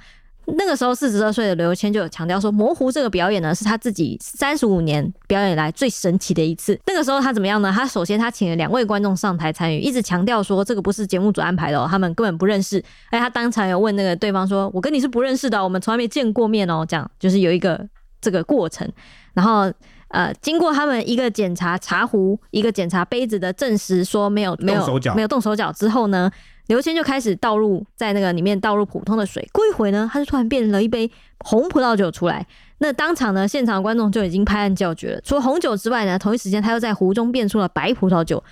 B: 那个时候，四十二岁的刘谦就有强调说，模糊这个表演呢，是他自己三十五年表演以来最神奇的一次。那个时候他怎么样呢？他首先他请了两位观众上台参与，一直强调说这个不是节目组安排的、哦，他们根本不认识。哎，他当场有问那个对方说：“我跟你是不认识的哦、我们从来没见过面哦。”这样就是有一个这个过程，然后。呃，经过他们一个检查茶壶，一个检查杯子的证实，说没有没有
A: 动手脚
B: 没有动手脚之后呢，刘谦就开始倒入在那个里面倒入普通的水，过一会呢，他就突然变了一杯红葡萄酒出来。那当场呢，现场观众就已经拍案叫绝了。除了红酒之外呢，同一时间他又在壶中变出了白葡萄酒，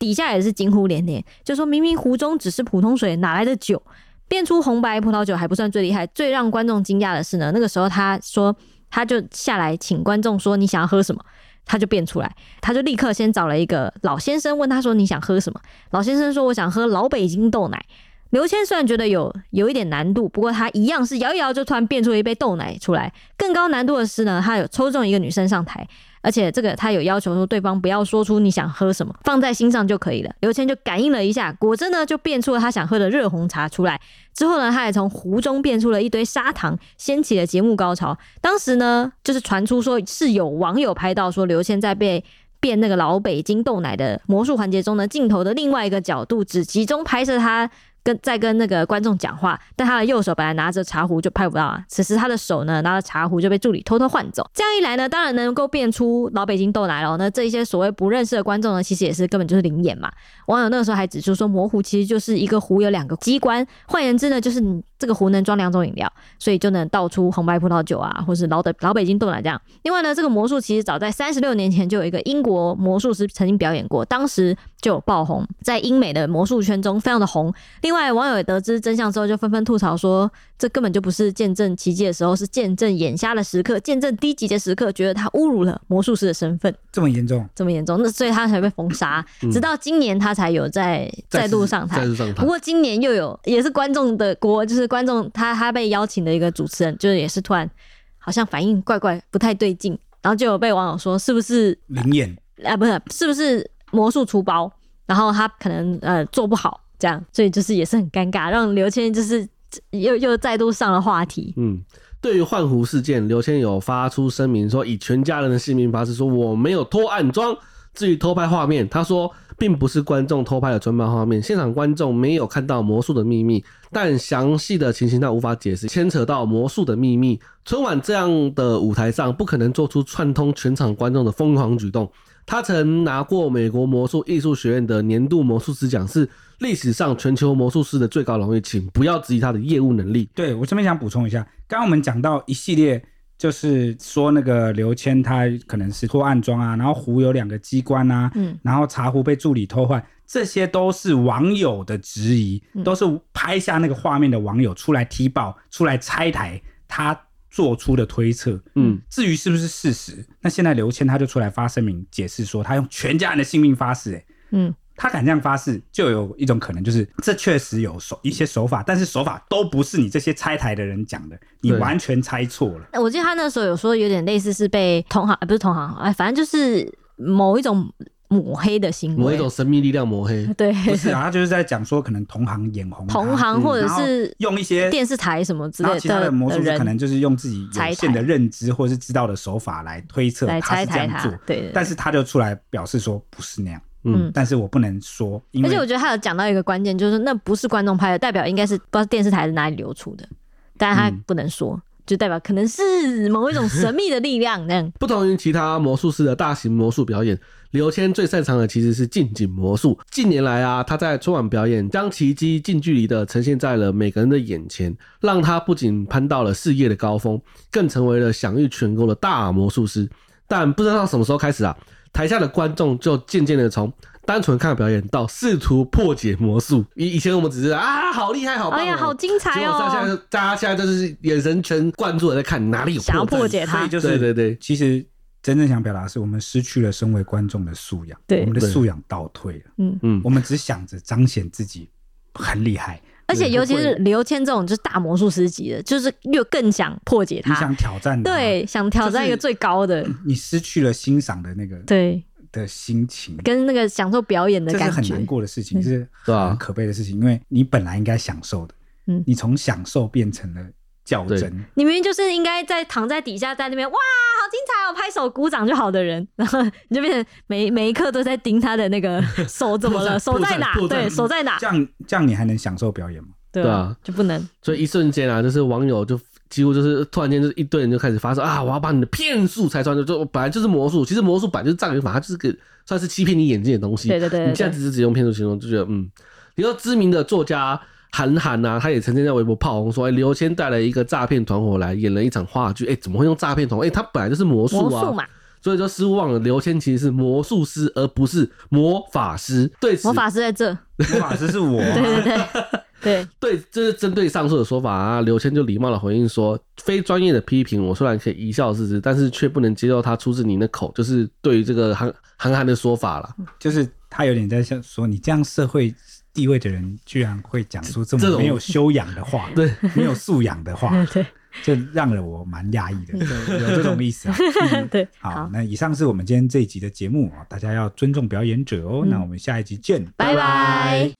B: 底下也是惊呼连连，就说明明壶中只是普通水，哪来的酒？变出红白葡萄酒还不算最厉害，最让观众惊讶的是呢，那个时候他说他就下来请观众说你想要喝什么，他就变出来，他就立刻先找了一个老先生问他说你想喝什么。老先生说：“我想喝老北京豆奶。”刘谦虽然觉得有有一点难度，不过他一样是摇一摇就突然变出了一杯豆奶出来。更高难度的是呢，他有抽中一个女生上台，而且这个他有要求说对方不要说出你想喝什么，放在心上就可以了。刘谦就感应了一下，果真呢就变出了他想喝的热红茶出来。之后呢，他也从壶中变出了一堆砂糖，掀起了节目高潮。当时呢，就是传出说是有网友拍到说刘谦在被变那个老北京豆奶的魔术环节中呢，镜头的另外一个角度只集中拍摄他跟在跟那个观众讲话，但他的右手本来拿着茶壶就拍不到啊。此时他的手呢拿着茶壶就被助理偷偷换走。这样一来呢，当然能够变出老北京豆奶了。那这一些所谓不认识的观众呢，其实也是根本就是灵眼嘛。网友那个时候还指出说，模糊其实就是一个壶有两个机关，换言之呢，就是你这个壶能装两种饮料，所以就能倒出红白葡萄酒啊，或是老的老北京豆奶这样。另外呢，这个魔术其实早在三十六年前就有一个英国魔术师曾经表演过，当时就有爆红，在英美的魔术圈中非常的红。另外，网友也得知真相之后，就纷纷吐槽说，这根本就不是见证奇迹的时候，是见证眼瞎的时刻，见证低级的时刻，觉得他侮辱了魔术师的身份，
A: 这么严重，
B: 这么严重，那所以他才被封杀。直到今年，他才有在再度上台
C: 再。度上
B: 不
C: 台，
B: 过今年又有也是观众的锅，就是观众他他被邀请的一个主持人，就是也是突然好像反应怪怪，不太对劲，然后就有被网友说是不是
A: 灵验。
B: 啊不是是不是魔术出包，然后他可能呃做不好这样，所以就是也是很尴尬，让刘谦就是又又再度上了话题。
C: 嗯。对于换湖事件，刘谦有发出声明说，以全家人的性命发誓，说我没有偷暗装。至于偷拍画面，他说并不是观众偷拍的专卖画面，现场观众没有看到魔术的秘密，但详细的情形他无法解释，牵扯到魔术的秘密。春晚这样的舞台上，不可能做出串通全场观众的疯狂举动。他曾拿过美国魔术艺术学院的年度魔术师奖，是历史上全球魔术师的最高荣誉，请不要质疑他的业务能力。
A: 对我这边想补充一下，刚刚我们讲到一系列，就是说那个刘谦他可能是脱暗装啊，然后壶有两个机关啊，
B: 嗯，
A: 然后茶壶被助理偷换，这些都是网友的质疑，都是拍下那个画面的网友出来踢爆、出来拆台，他做出的推测。
C: 嗯，
A: 至于是不是事实，那现在刘谦他就出来发声明解释说，他用全家人的性命发誓、欸，
B: 嗯，
A: 他敢这样发誓，就有一种可能，就是这确实有手一些手法，但是手法都不是你这些拆台的人讲的，你
C: 对
A: 完全猜错了。
B: 我记得他那时候有说，有点类似是被同行，呃不是同行，哎，反正就是某一种抹黑的行为，
C: 某一种神秘力量抹黑，
B: 对
A: 不是啊，他就是在讲说可能同行眼红他，
B: 同行或者
A: 嗯然后
B: 是
A: 用一些
B: 电视台什么之
A: 然
B: 类
A: 后其他的魔术师
B: 人
A: 可能就是用自己有限的认知或是知道的手法来推测
B: 来
A: 他
B: 拆
A: 是这
B: 台
A: 样
B: 他
A: 做，，
B: 对对对。
A: 但是他就出来表示说不是那样，
C: 嗯
B: 嗯
A: 但是我不能说，因
B: 而且我
A: 为
B: 觉得他有讲到一个关键，就是那不是观众拍的，代表应该是不知道是电视台是哪里流出的，但他
A: 嗯
B: 不能说，就代表可能是某一种神秘的力量 那样。
C: 不同于其他魔术师的大型魔术表演，刘谦最擅长的其实是近景魔术。近年来啊，他在春晚表演将奇迹近距离的呈现在了每个人的眼前，让他不仅攀到了事业的高峰，更成为了享誉全国的大魔术师。但不知道什么时候开始啊，台下的观众就渐渐的从单纯看表演到试图破解魔术。以以前我们只是啊，好厉害，好棒、哦，
B: 哎呀，好精彩
C: 结果大家
B: 哦！
C: 就大家现在就是眼神全灌注的在看哪里有
B: 想要
C: 绽
B: 破解
A: 所
B: 他
A: 以，就是
C: 对对对，
A: 其实真正想表达的是我们失去了身为观众的素养，
B: 对
A: 我们的素养倒退了，
B: 嗯，
C: 嗯
A: 我。们只想着彰显自己很厉害，
B: 而且
A: 对
B: 尤其
A: 不会
B: 是刘谦这种就是大魔术师级的，就是又更想破解
A: 你
B: 他，
A: 想挑战他，
B: 对，想挑战一个最高的，
A: 你失去了欣赏的那个
B: 对，
A: 的心情，
B: 跟那个享受表演的
A: 这是
B: 感
A: 很
B: 觉
A: 难。过的事情，是
C: 对啊
A: 很可悲的事情，因为你本来应该享受的，
B: 嗯
A: 你从享受变成了较
C: 对
A: 真，
B: 你明明就是应该在躺在底下，在那边哇，好精彩哦，拍手鼓掌就好的人， 然后你就变成每每一刻都在盯他的那个手怎么了，手
C: 破绽
B: 在哪？
C: 破绽
B: 对，手在哪
A: 这？样这样你还能享受表 演吗？
B: 对
C: 对啊，
B: 就不能。
C: 所以一瞬间啊，就是网友就几乎就是突然间就是一堆人就开始发誓啊，我要把你的骗术拆穿，就就本来就是魔术，其实魔术本来就是障眼法，它就是个算是欺骗你眼睛的东西。
B: 对对对
C: 你现在
B: 对，
C: 只是只用骗术形容，就觉得嗯，你说知名的作家韩寒呐、他也曾经在微博炮轰说，哎、刘谦带了一个诈骗团伙来演了一场话剧，哎、怎么会用诈骗团伙？哎、他本来就是魔术
B: 魔
C: 啊，
B: 术嘛，
C: 所以就失望了。刘谦其实是魔术师，而不是魔法师。对此
B: 魔，法师在这。
A: 魔法师是我啊，
B: 对对对对，
C: 对，这是针对上述的说法啊。刘谦就礼貌的回应说：“非专业的批评，我虽然可以一笑置之，但是却不能接受他出自您的口，就是对于这个韩韩寒的说法啦。
A: 就是他有点在像说你这样社会地位的人，居然会讲出这
C: 这
A: 么
C: 种
A: 没有修养的话，
C: 对，
A: 没有素养的话，
B: 嗯 对嗯
A: 这让了我蛮讶异的，有有这种 意思啊。嗯
B: 对，
A: 好，，那以上是我们今天这一集的节目啊，大家要尊重表演者哦。那我们下一集见，
B: 嗯拜拜。